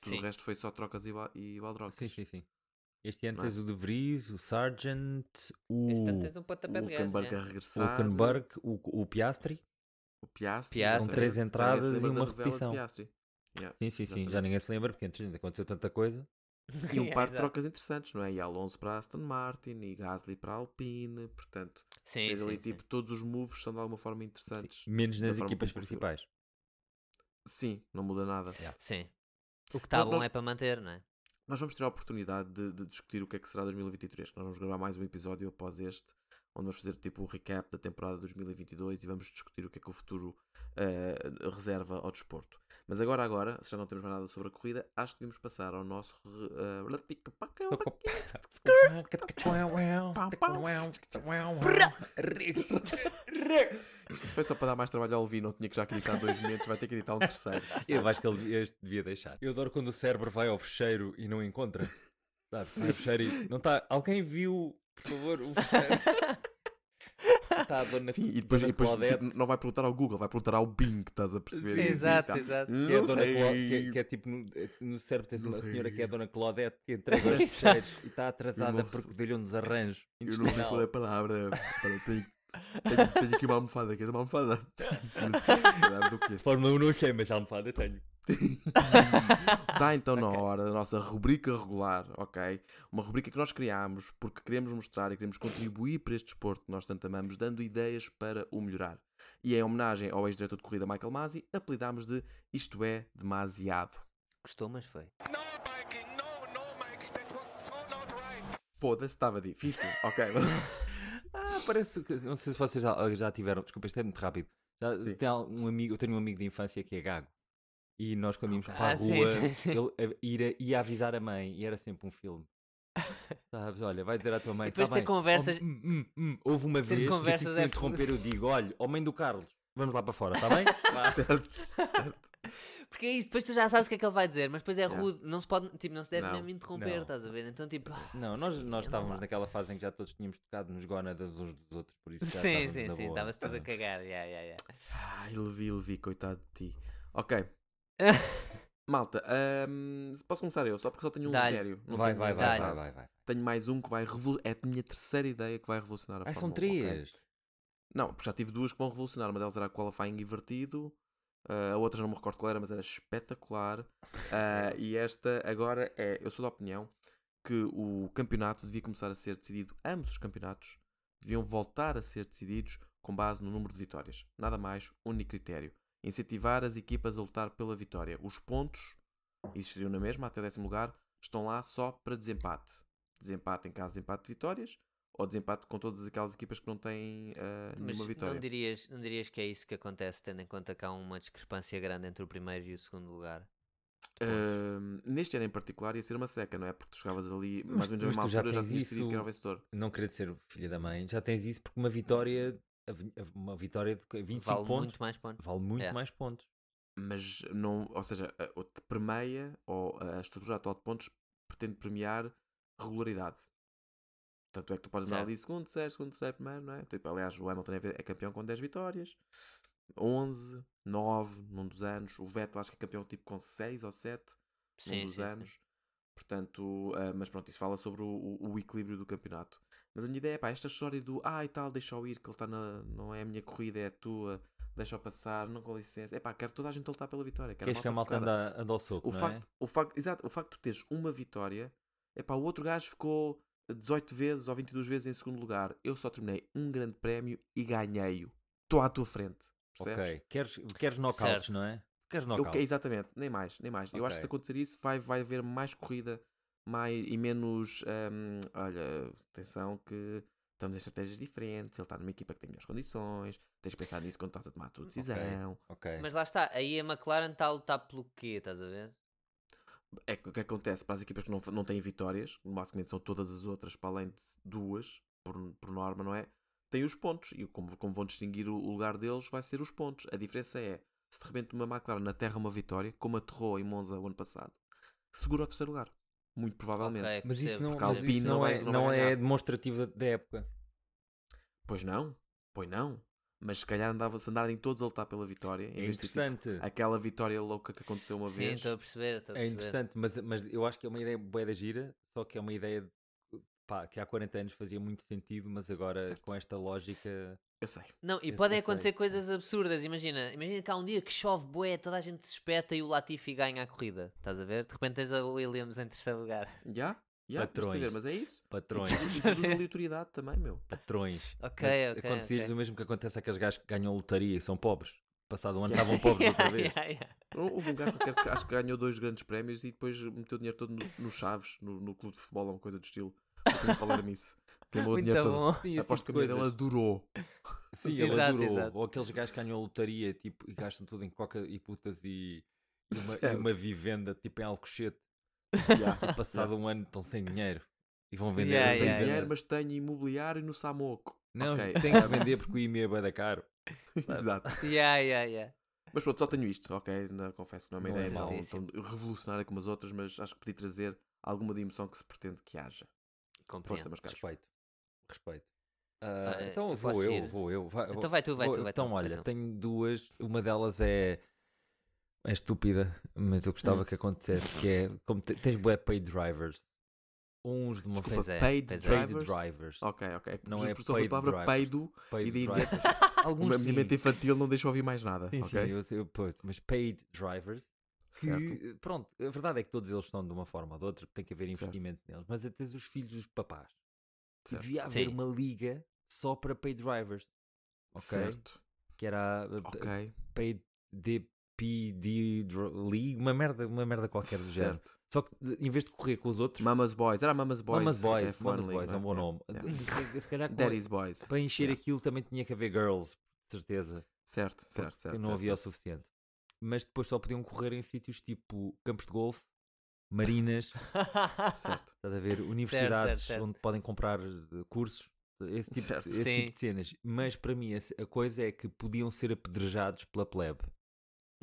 Tudo Sim. o resto foi só trocas e, ba- e baldrocas. Sim, sim, sim. Este ano Não é? tens o De Vries, o Sargent, o Este ano tens um pontapé O de gajo. Hulkenberg já. a regressar, Hulkenberg, o, o Piastri. o Piastri. Piastri. exatamente. São três Já ninguém se entradas lembra e da uma novela de repetição. Piastri. Yeah. Sim, sim, sim. Já Exatamente. ninguém se lembra, porque entretanto, aconteceu tanta coisa. E um Yeah, par de é. exato. trocas interessantes, não é? E Alonso para Aston Martin, e Gasly para Alpine, portanto, Sim, tens sim, ali sim. tipo todos os moves são de alguma forma Sim. interessantes. Menos da nas forma equipas como funciona. principais. Sim, não muda nada. Sim. O que está Não- bom não- é para manter, não é? Nós vamos ter a oportunidade de, de discutir o que é que será 2023. Nós vamos gravar mais um episódio após este, onde vamos fazer tipo o recap da temporada 2022 e vamos discutir o que é que o futuro eh, reserva ao desporto. Mas agora, agora, se já não temos mais nada sobre a corrida, acho que devemos passar ao nosso. eh, Isto foi só para dar mais trabalho ao Alvino, tinha que já acreditar dois momentos, vai ter que editar um terceiro. Eu acho que ele devia- este devia deixar. Eu adoro quando o cérebro vai ao fecheiro e não encontra. Sabe? Vai ao fecheiro e não está. Alguém viu, por favor, o fecheiro? Tá Está a dona Sim, e depois, e dona depois Claudete, tipo, não vai perguntar ao Google, vai perguntar ao Bing, estás a perceber? Sim, E- e- exato, tá. exato. Não que é a dona sei. Cla- que é- que é tipo no, no cérebro tem Não uma sei. senhora que é a dona Claudete que entrega os Exato. fecheiros e está atrasada Eu não- porque deu-lhe um desarranjo. Eu não sei intestinal. qual é a palavra. Espera, tenho, tenho, tenho aqui uma almofada, queres uma almofada? Almofada do quê? Fórmula 1 não sei, mas a almofada tenho. Está então na hora da nossa rubrica regular, ok? Uma rubrica que nós criámos porque queremos mostrar e queremos contribuir para este desporto que nós tanto amamos, dando ideias para o melhorar. E é em homenagem ao ex-diretor de corrida Michael Masi, apelidámos de Isto é Demasiado. Gostou, mas foi. No, Mikey, no, no, Mikey, that was so not right. Foda-se, estava difícil, ok? Ah, parece que. Não sei se vocês já, já tiveram. Desculpa, isto é muito rápido. Já, Sim. tem um amigo, eu tenho um amigo de infância que é gago. E nós, quando íamos para a Ah, sim, rua, sim, sim. ele eh, ira- ia, avisar a mãe e era sempre um filme. Sabes? Olha, vai dizer à tua mãe. E depois "Tá ter bem." conversas- Oh, hum, hum, hum, Houve uma Ter vez conversas que eu é tive que interromper. Eu digo: olha, homem do Carlos, vamos lá para fora, está bem? Vá. Porque é isto, depois tu já sabes o que é que ele vai dizer, mas depois é Yeah. rude, não se pode, tipo, não se deve Não. mesmo interromper, Não. estás a ver? Então, tipo, ah, Não, nós, sim, nós não estávamos dá. naquela fase em que já todos tínhamos tocado nos gónadas uns dos outros, por isso já Sim, estávamos sim, na sim, boa. Tá. estava-se tudo a cagar, yeah, yeah, yeah. Ai, Levi, Levi, coitado de ti. Ok. Malta, ahm, se posso começar eu, só porque só tenho um Dá-lhe. sério. não Vai, tenho vai, vai, um vai, engraçado. vai, vai. Tenho mais um que vai revolucionar. É a minha terceira ideia que vai revolucionar a Ah, são Fórmula 1, ok? três. Não, porque já tive duas que vão revolucionar. Uma delas era a qualifying invertido, ah, a outra já não me recordo qual era, mas era espetacular. Ah, e esta agora é. Eu sou da opinião que o campeonato devia começar a ser decidido, ambos os campeonatos deviam voltar a ser decididos com base no número de vitórias. Nada mais, único critério. Incentivar as equipas a lutar pela vitória. Os pontos existiriam na mesma, até décimo lugar, estão lá só para desempate. Desempate em caso de empate de vitórias ou desempate com todas aquelas equipas que não têm ah, Mas nenhuma vitória. não dirias, não dirias que é isso que acontece, tendo em conta que há uma discrepância grande entre o primeiro e o segundo lugar? Ahm, neste ano em particular ia ser uma seca, não é? Porque tu chegavas ali Mas- mais ou menos na mas mesma tu já altura, já tens tinhas decidido isso- quem era o vencedor. não querer ser filha da mãe, já tens isso porque uma vitória, a vi- a- uma vitória de que- 25 Vale pontos muito mais pontos. vale muito É. mais pontos. Mas não, ou seja, a, o te permeia ou a estrutura atual de pontos pretende premiar regularidade. Tanto é que tu podes andar Certo. ali segundo, terceiro, segundo, terceiro, primeiro, não é? Tipo, aliás, o Hamilton é ve- é campeão com 10 vitórias, 11, 9 num dos anos. O Vettel acho que é campeão tipo com 6 ou 7. num dos anos. Portanto, ah, mas pronto, isso fala sobre o, o- o equilíbrio do campeonato. Mas a minha ideia é pá, esta história do ah e tal, deixa-o ir, que ele está na. não é a minha corrida, é a tua, deixa-o passar, não com licença. É pá, quero toda a gente lutar pela vitória. Quero Queres que a malta focada. anda, anda ao soco, o não é? facto, o facto, Exato, o facto de tu teres uma vitória, é pá, o outro gajo ficou 18 vezes ou 22 vezes em segundo lugar. Eu só terminei um grande prémio e ganhei-o. Estou à tua frente. é? Percebes? Ok. Queres, queres knockouts, Certo. não é? Queres Eu, knockouts. que- exatamente, nem mais, nem mais. Eu acho que se Ok. acontecer isso, vai, vai haver mais corrida mais, e menos. hum, olha, atenção que estamos em estratégias diferentes. Ele está numa equipa que tem melhores condições. Tens de pensar nisso quando estás a tomar a tua decisão. Ok. Mas lá está, aí a McLaren está a lutar pelo quê, estás a ver? É que o que acontece para as equipas que não, não têm vitórias, basicamente são todas as outras, para além de duas, por, por norma, não é? Têm os pontos. E como, como vão distinguir o, o lugar deles, vai ser os pontos. A diferença é, se de repente uma McLaren aterra uma vitória, como aterrou em Monza o ano passado, segura o terceiro lugar. Muito provavelmente. Ok. Mas isso Percebo, não, porque mas Alpine isso não não, é, vai- não não vai é ganhar. demonstrativo da, da época. Pois não, pois não. Mas se calhar andava-se andarem todos a lutar pela vitória. em É vez de ter, tipo, interessante. aquela vitória louca que aconteceu uma Sim, vez. estou a perceber, estou a É perceber. interessante, mas, mas eu acho que é uma ideia boa da gira, só que é uma ideia de- pá, que há 40 anos fazia muito sentido, mas agora Certo. com esta lógica. Eu sei. Não, e Esse podem eu sei. acontecer coisas absurdas, imagina. Imagina que há um dia que chove bué, toda a gente se espeta e o Latifi ganha a corrida. Estás a ver? De repente tens a Williams em terceiro lugar. Já? Já? Patrões. Saber, mas é isso. Patrões, E tudo de autoridade também, meu. patrões. Ok, Mas ok, Acontecia-lhes ok. o mesmo que acontece àqueles gajos que ganham lotaria e são pobres. Passado um ano estavam pobres outra vez. Yeah, yeah. Houve um gajo qualquer que acho que ganhou dois grandes prémios e depois meteu o dinheiro todo no, no Chaves, no, no clube de futebol, ou uma coisa do estilo. Passei a falar nisso. Queimou o Muito dinheiro todo. bom. Sim, esse Aposto tipo que de a mulher dela coisas. durou. Sim, Exato, ele adorou. exato. Ou aqueles gajos que ganham a lotaria tipo, e gastam tudo em coca e putas e, e uma, e Certo. uma vivenda tipo em Alcochete. E passado um ano estão sem dinheiro e vão vender. Yeah, a Não tenho yeah, vivenda. dinheiro, mas tenho imobiliário no Samoco. Não, Ok, tem que vender porque o IME é bué da caro. Exato. Yeah, yeah, yeah. Mas pronto, só tenho isto, ok? Não, confesso que não é uma Não é ideia tão, certíssimo. tão revolucionária como as outras, mas acho que podia trazer alguma dimensão que se pretende que haja. Força, Compreendo. meus caros. Respeito. Respeito. Ah, Ah, então eu vou posso eu, ir? vou eu. Vai, Então vai tu, vai vou- tu, vai tu, Então vai olha, tu. tenho duas. Uma delas é. É estúpida, mas eu gostava Hum. que acontecesse. Que é. Como te- tens bué paid drivers. Uns de uma Desculpa, Pois é, paid pois é. Paid drivers. drivers. Ok, ok. Não Por- é por só a paid palavra drivers. paido Paid e de drivers. O Alguns meu sim. mente infantil não deixa ouvir mais nada. Sim, sim, ok? eu sei, pois, mas paid drivers. Que, Certo. pronto, a verdade é que todos eles estão de uma forma ou de outra, tem que haver investimento neles. Mas até os filhos dos papás. E Certo. devia haver Sim. uma liga só para paid drivers. Ok? Certo. Que era a- a- Ok. paid DPD dro- League, uma merda, uma merda qualquer do género. Certo. Só que de- em vez de correr com os outros, Mamas Boys. Era Mamas Boys. Mamas é Boys, F1 Mamas League, Boys, é um não bom nome. Yeah. De- Se calhar com- Daddy's Boys. para encher Yeah. aquilo também tinha que haver girls, de certeza. Certo, certo, certo. Eu não certo, havia o certo. suficiente. Mas depois só podiam correr em sítios tipo campos de golfe, marinas, Certo. estás a ver, universidades certo. onde podem comprar eh, cursos, esse tipo, Certo. esse Sim. tipo de cenas. Mas para mim a, a coisa é que podiam ser apedrejados pela plebe.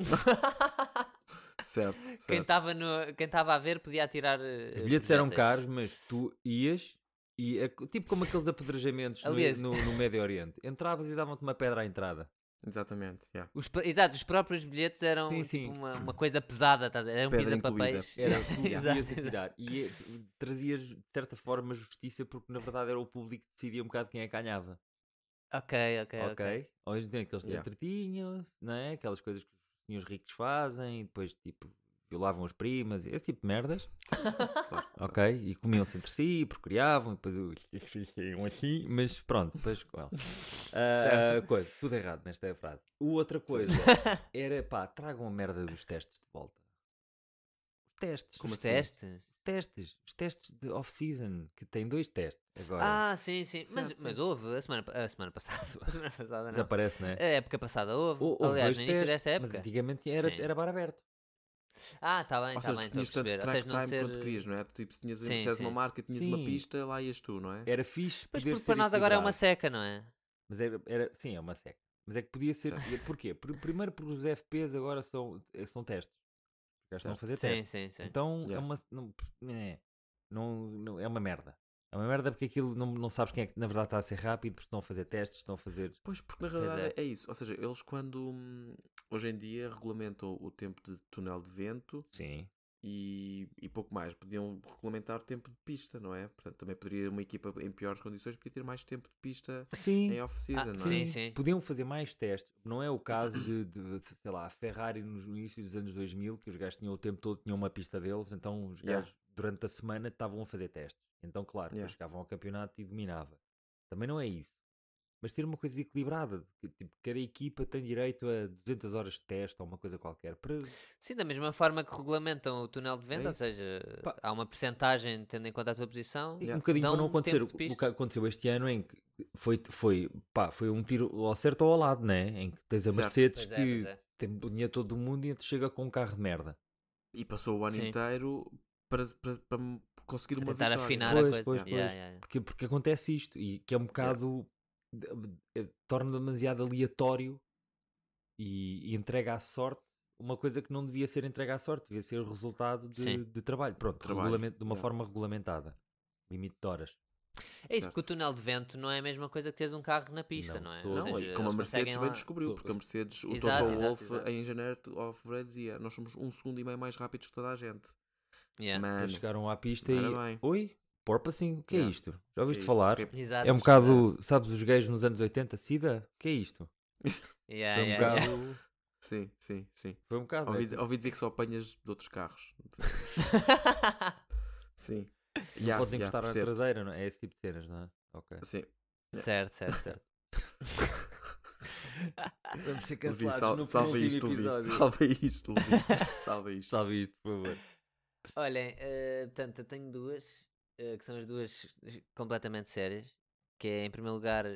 Certo, Quem certo. estava no... quem estava a ver podia atirar. eh, Os bilhetes eram caros, mas tu ias e é co- tipo como aqueles apedrejamentos no, Aliás- no, no Médio Oriente. Entravas e davam-te uma pedra à entrada. Exatamente. yeah. Os, pr- exato, os próprios bilhetes eram Sim, tipo, sim. uma, uma coisa pesada, estás a ver? Era um Pedra pisa-papéis. Era tu que ias Exato, a exato. tirar. E eh, trazias, de certa forma, justiça, porque na verdade era o público que decidia um bocado quem é que ganhava. Ok, Ok? ok, É, ok. Hoje tem aqueles Yeah. tretinhos, não é? Aquelas coisas que os senhores ricos fazem, e depois tipo violavam as primas, esse tipo de merdas. Claro. Ok? E comiam-se entre si, procriavam, e depois o- um assim, mas pronto, depois qual. Ah, Certo. coisa, tudo errado nesta frase. Outra coisa era pá, tragam a merda dos testes de volta. Os testes, Como assim? os testes? testes, os testes de off-season, que tem dois testes agora. Ah, sim, sim. Mas, Certo, mas sim. houve a semana, pa- a semana passada. A semana passada não. Desaparece, não é? A época passada houve. Hou- houve Aliás, dois no início testes, dessa Mas época. antigamente era, Sim. era bar aberto. Ah, está bem, Ou está seja, bem, tu estou a tinhas tanto perceber. Ou track seja, time não ser... quanto querias, não é? Tu tipo, se tinhas, Sim, se eras uma sim. marca, tinhas uma Sim. pista, lá ias tu, não é? Era fixe. Mas poder porque ser para nós agora é uma equilibrado. seca, não é? Mas era, era- sim, é uma seca. Mas é que podia ser. e Porquê? Pr- Primeiro porque os FPs agora são, eh, são testes. Os gajos estão a Certo. fazer Sim, testes. sim, sim. Então é Yeah. uma. Não, é, não, não- é uma merda. É uma merda porque aquilo não, não sabes quem é que na verdade está a ser rápido, porque estão a fazer testes, estão a fazer. Pois, porque na Pois realidade é. isso. Ou seja, eles quando hum, hoje em dia regulamentam o tempo de túnel de vento Sim. e, e pouco mais. Podiam regulamentar tempo de pista, não é? Portanto, também poderia uma equipa em piores condições podia ter mais tempo de pista em Sim. off-season, não é? Ah, sim, sim. Podiam fazer mais testes. Não é o caso de, de- de, sei lá, a Ferrari nos inícios dos anos 2000, que os gajos tinham o tempo todo, tinham uma pista deles, então os Yeah. gajos durante a semana estavam a fazer testes. Então, claro, depois Yeah. chegavam ao campeonato e dominava. Também não é isso. Mas ter uma coisa equilibrada, de que, tipo, cada equipa tem direito a 200 horas de teste ou uma coisa qualquer. Para... um Sim, da mesma forma que regulamentam o túnel de vento, É ou isso. seja, Pá. há uma percentagem tendo em conta a tua posição. Um bocadinho dão para não um tempo acontecer de o pista. que aconteceu este ano em que foi, foi, pá, foi um tiro ao certo ou ao lado, né? Em que tens a Certo. Mercedes Pois é, que pois é. tem o dinheiro todo do mundo e tu chega com um carro de merda. E passou o ano Sim. inteiro para, para, para conseguir uma tentar vitória. é? afinar Pois, a coisa. pois, Yeah, pois. yeah, yeah. Porque, porque acontece isto e que é um bocado. de- de- eh, torna demasiado aleatório e, e entrega à sorte uma coisa que não devia ser entregue à sorte, devia ser resultado de, Sim. de trabalho. Pronto, Trabalho, regulamen- de uma yeah. forma regulamentada. Limite de horas. É isso, Certo. porque o túnel de vento não é a mesma coisa que teres um carro na pista, Não, não, é? todo. Ou Não, seja, e como a eles Mercedes conseguem bem lá- descobriu, Tu- porque a Mercedes, o Exato, Toto exato, Wolff, exato. em janeiro, tu- ao fevereiro dizia: Nós somos um segundo e meio mais rápidos que toda a gente. Yeah. Eles Mano, chegaram à pista Ora e. bem. Oi? Porpoising? O que é Yeah. isto? Já ouviste isto? falar? Que Exato. É um bocado, sabes, os gays nos anos 80, SIDA? O que é isto? Yeah, Foi um yeah, yeah. bocado. Sim, sim, sim. Foi um bocado. Ah, Ouvi, é. ouvi dizer que só apanhas de outros carros. Sim. Não Yeah, podes yeah, encostar na percebo. traseira, não é? É esse tipo de cenas, não é? Ok. Sim. certo, certo, certo. Vamos ser Levi, cancelados sal, no salva penúltimo isto, Levi. episódio. Salva isto, Levi. Salva isto. Salve isto, por favor. Olhem, eh, portanto, eu tenho duas, eh, que são as duas completamente sérias, que é, em primeiro lugar,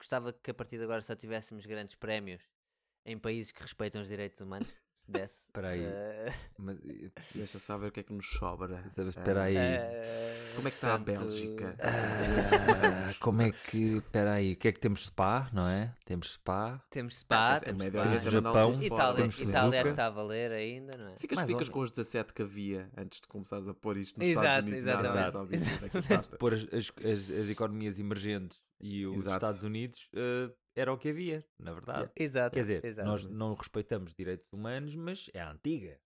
gostava que a partir de agora só tivéssemos grandes prémios em países que respeitam os direitos humanos, se desse. Espera aí. Eh, Mas, eh, Deixa saber o que é que nos sobra. Ah, sabe, espera aí. eh, Como é que está a portanto, Bélgica? Ah, como é que. Espera aí, o que é que temos spa, não é? Temos spa. Temos Spa, é temos Médio Spa. Oriente a mandar Japão. alguém fora. Itália, Temos Itália Suzuka. é está a valer ainda, não é? Ficas, Mais ou ficas menos. com os 17 que havia antes de começares a pôr isto nos Exato, Estados Unidos e na Arábia exatamente. Saudita. Daqui Exatamente. é basta. Pôr as, as, as- as economias emergentes e os Exato. Estados Unidos eh, era o que havia, na verdade. Exato. Quer dizer, exato. nós não respeitamos direitos humanos, mas é a antiga.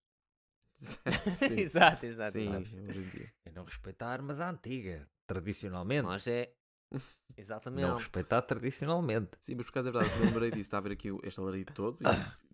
Sim, exato, exato. sim, exato. hoje em dia. É não respeitar, mas a antiga. Tradicionalmente. Nós é. Exatamente. não respeitar tradicionalmente. Sim, mas por acaso é verdade, me lembrei disso, estava a ver aqui o- este alarido todo, e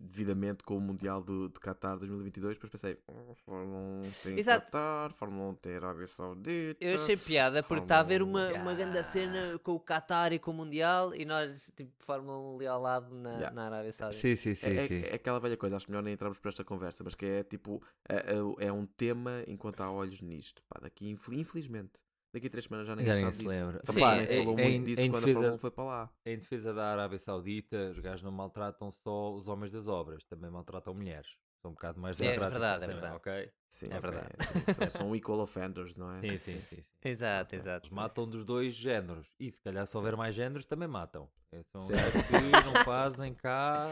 devidamente com o Mundial do, de Qatar 2022, depois pensei, "Hum, Fórmula 1 tem Exato. Qatar, Fórmula 1 tem Arábia Saudita. Eu achei piada porque Fórmula está a haver 1. uma, uma grande cena com o Qatar e com o Mundial e nós, tipo, Fórmula 1 ali ao lado na, Yeah. na Arábia Saudita. Sim, sim, sim. É, é- sim. é aquela velha coisa, acho melhor nem entrarmos para esta conversa, mas que é tipo, é, é- é um tema enquanto há olhos nisto. Pá, daqui, infel- infelizmente, daqui a três semanas já ninguém Já nem sabe se disso. lembra. Também Sim, nem se falou é- é muito em- disso em quando a defesa- Fórmula 1 foi para lá. Em defesa da Arábia Saudita, os gajos não maltratam só os homens das obras, também maltratam mulheres. São um bocado mais Sim, é maltratos, verdade, é assim, verdade. ok? Sim, É verdade. sim, são, são equal offenders, não é? Sim, sim, sim. sim. Exato, Eles exato. matam dos dois géneros. E se calhar se houver mais géneros, também matam. É, São Certo. gajos que não fazem cá.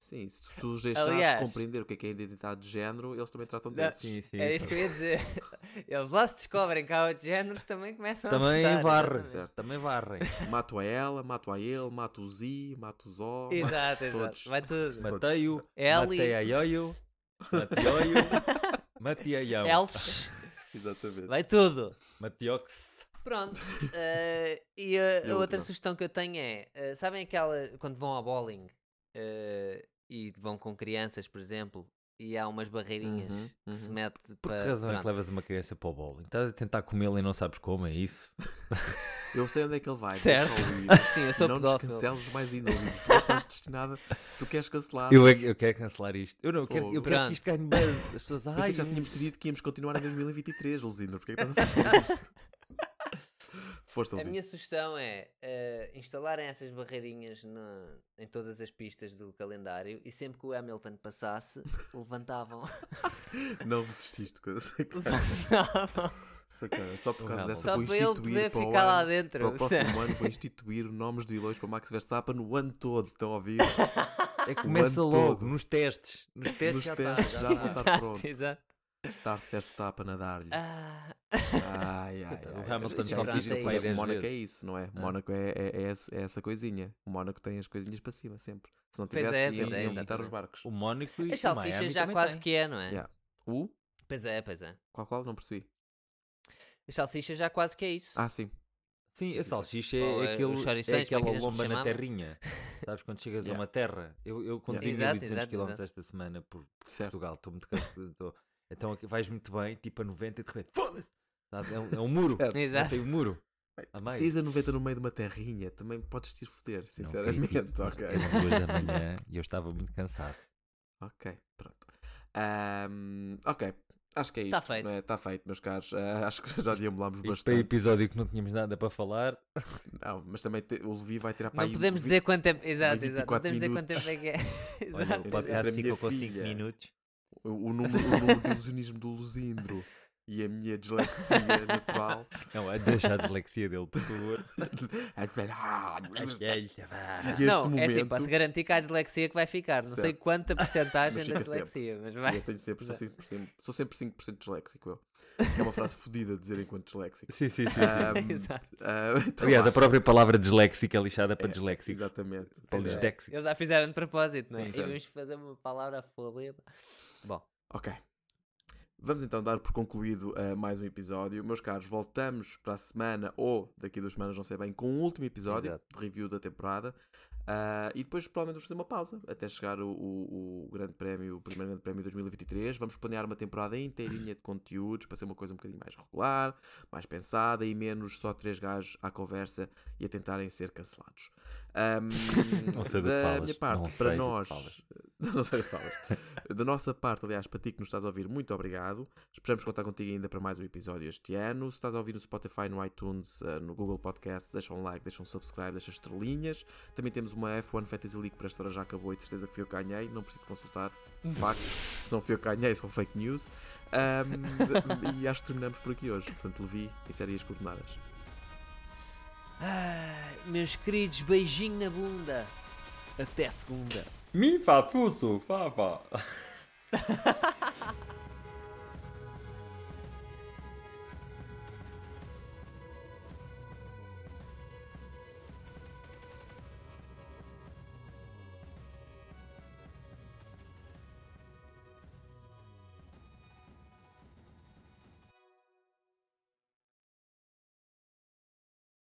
Sim, se tu os deixares Aliás- compreender o que é que é a identidade de género, eles também tratam Não, desses. eh, Sim, sim. Era isso que eu ia dizer. Eles lá se descobrem que há outros géneros também começam Também a apertar, varrem. exatamente. Certo. Também varrem. Mato a ela, mato a ele, mato o Z, mato o Zó. mato- Exato, todos. exato. Vai tudo. Matei-o, Eli. matei a Ioio, matei-o, matei a É Ião, Elches. Exatamente. Vai tudo. matei-ox. Pronto. eh, E e a, a a última? outra sugestão que eu tenho é: eh, sabem aquela. quando vão ao bowling eh, e vão com crianças, por exemplo, e há umas barreirinhas Uhum, que se uhum. mete Por que para. razão é que pronto. levas uma criança para o bowling? Estás a tentar comê-la e não sabes como, é isso? Eu sei onde é que ele vai. Certo. deixa-o ir. Sim, eu sou não nos pedófilo. canceles mais ainda. Luís. Tu estás destinada. Tu queres cancelar. Eu, é que- eu quero cancelar isto. Eu não quero, eu Fogo. quero que isto ganhe buzz. As pessoas, Pensei ai, é que já tínhamos decidido que íamos continuar em 2023, Luzindo. Porquê que estás a fazer isto? Força, A Luzindo. minha sugestão é eh, instalarem essas barreirinhas na- em todas as pistas do calendário e sempre que o Hamilton passasse, levantavam. Não resististe. cara. levantavam Sacana. Só por causa Não, dessa só vou para ele instituir poder para o ficar lá ano- dentro. Para o percebe? próximo ano vou instituir nomes de vilões para Max Verstappen o ano todo. Estão a ouvir? é que começa ano logo, todo. nos testes. Nos testes Nos já testes está. já tá. Já tá. vou está. estar pronto. Exato, exato. Está Verstappen a dar-lhe. Ah, Ai, ai, ai. O Hamilton Isso Então, só é diz fixe, mas isso vai dez Mónaco é vezes. isso, não é? Ah. Mónaco é, é, é esse- é essa coisinha. O Mónaco tem as coisinhas para cima sempre. Se não Pois tivesse, é, iam, pois é, iam visitar os exatamente. barcos. O Mónico e o As Miami salsichas já também quase têm. que é, não é? Yeah. O? Pois é, pois é. Qual qual? Não percebi. As salsichas já quase que é isso. Ah, sim. Sim, a salsicha Ou, é, eh, aquele, os é chorições, como é que aquela a gente lomba na chamava? terrinha. Sabes quando chegas Yeah. a uma terra? Eu, eu conduzi Exato, 1200 exato, km exato. esta semana por Certo. Portugal. Estou muito cansado. tô- Então aqui vais muito bem, tipo a 90 e de repente, foda-se! Sabe, É, um, é um muro. Certo. Exato. Tem um muro. A meio. Seis a 90 no meio de uma terrinha, também podes te ir foder, Não sinceramente. critico, mas ok. Eram duas da manhã e eu estava muito cansado. ok, pronto. Ahm, ok, acho que é isto. Tá feito. Está feito, meus caros. Ah, acho que já deambulámos Isto foi bastante. episódio que não tínhamos nada para falar. Não, mas também te- o Levi vai tirar para não aí podemos vi- dizer quanto tempo. Exato, exato. Não 24 podemos minutos. dizer quanto tempo é que é. Olha, o exato. Entre a podcast minha ficou com 5 filha. minutos. o, o número, o número de ilusionismo do Luzindro. e a minha dislexia natural. É Não, a- deixa a dislexia dele, por favor. e este não, ah, momento. é assim, posso garantir que há a dislexia que vai ficar. Não sei Certo. quanta porcentagem Mas da fica sempre. dislexia, mas Sim, vai. eu tenho sempre, sou, sempre, sempre- sou sempre 5% disléxico. Eu. Que é uma frase fodida dizer enquanto disléxico. sim, sim, sim. Ahm, Exato. ah, então Aliás, vá. a própria palavra disléxica é lixada para disléxicos. Exatamente. Para Exato. disléxicos. Eles já fizeram de propósito, não é? Exato. E vamos fazer uma palavra folia. Bom, Ok. Vamos então dar por concluído ah, mais um episódio. Meus caros, voltamos para a semana ou daqui a duas semanas, não sei bem, com o último episódio Exato. de review da temporada. Ah, e depois provavelmente vamos fazer uma pausa até chegar o, o- o grande prémio, o primeiro grande prémio de 2023. Vamos planear uma temporada inteirinha de conteúdos para ser uma coisa um bocadinho mais regular, mais pensada e menos só três gajos à conversa e a tentarem ser cancelados. Ahm, Não sei do que da falas, minha parte, não sei para do que nós, falas. não sei do que falas. da nossa parte, aliás, para ti que nos estás a ouvir, muito obrigado. Esperamos contar contigo ainda para mais um episódio este ano. Se estás a ouvir no Spotify, no iTunes, eh, no Google Podcasts, deixa um like, deixa um subscribe, deixa estrelinhas. Também temos uma F1 Fantasy League para esta hora já acabou e de certeza que fui eu que ganhei. Não preciso consultar factos, se não fui eu que ganhei, são fake news. Ahm, e acho que terminamos por aqui hoje. Portanto, Levi, insere as coordenadas. Ah, meus queridos, beijinho na bunda. Até segunda. Mi fa tutto, fa fa.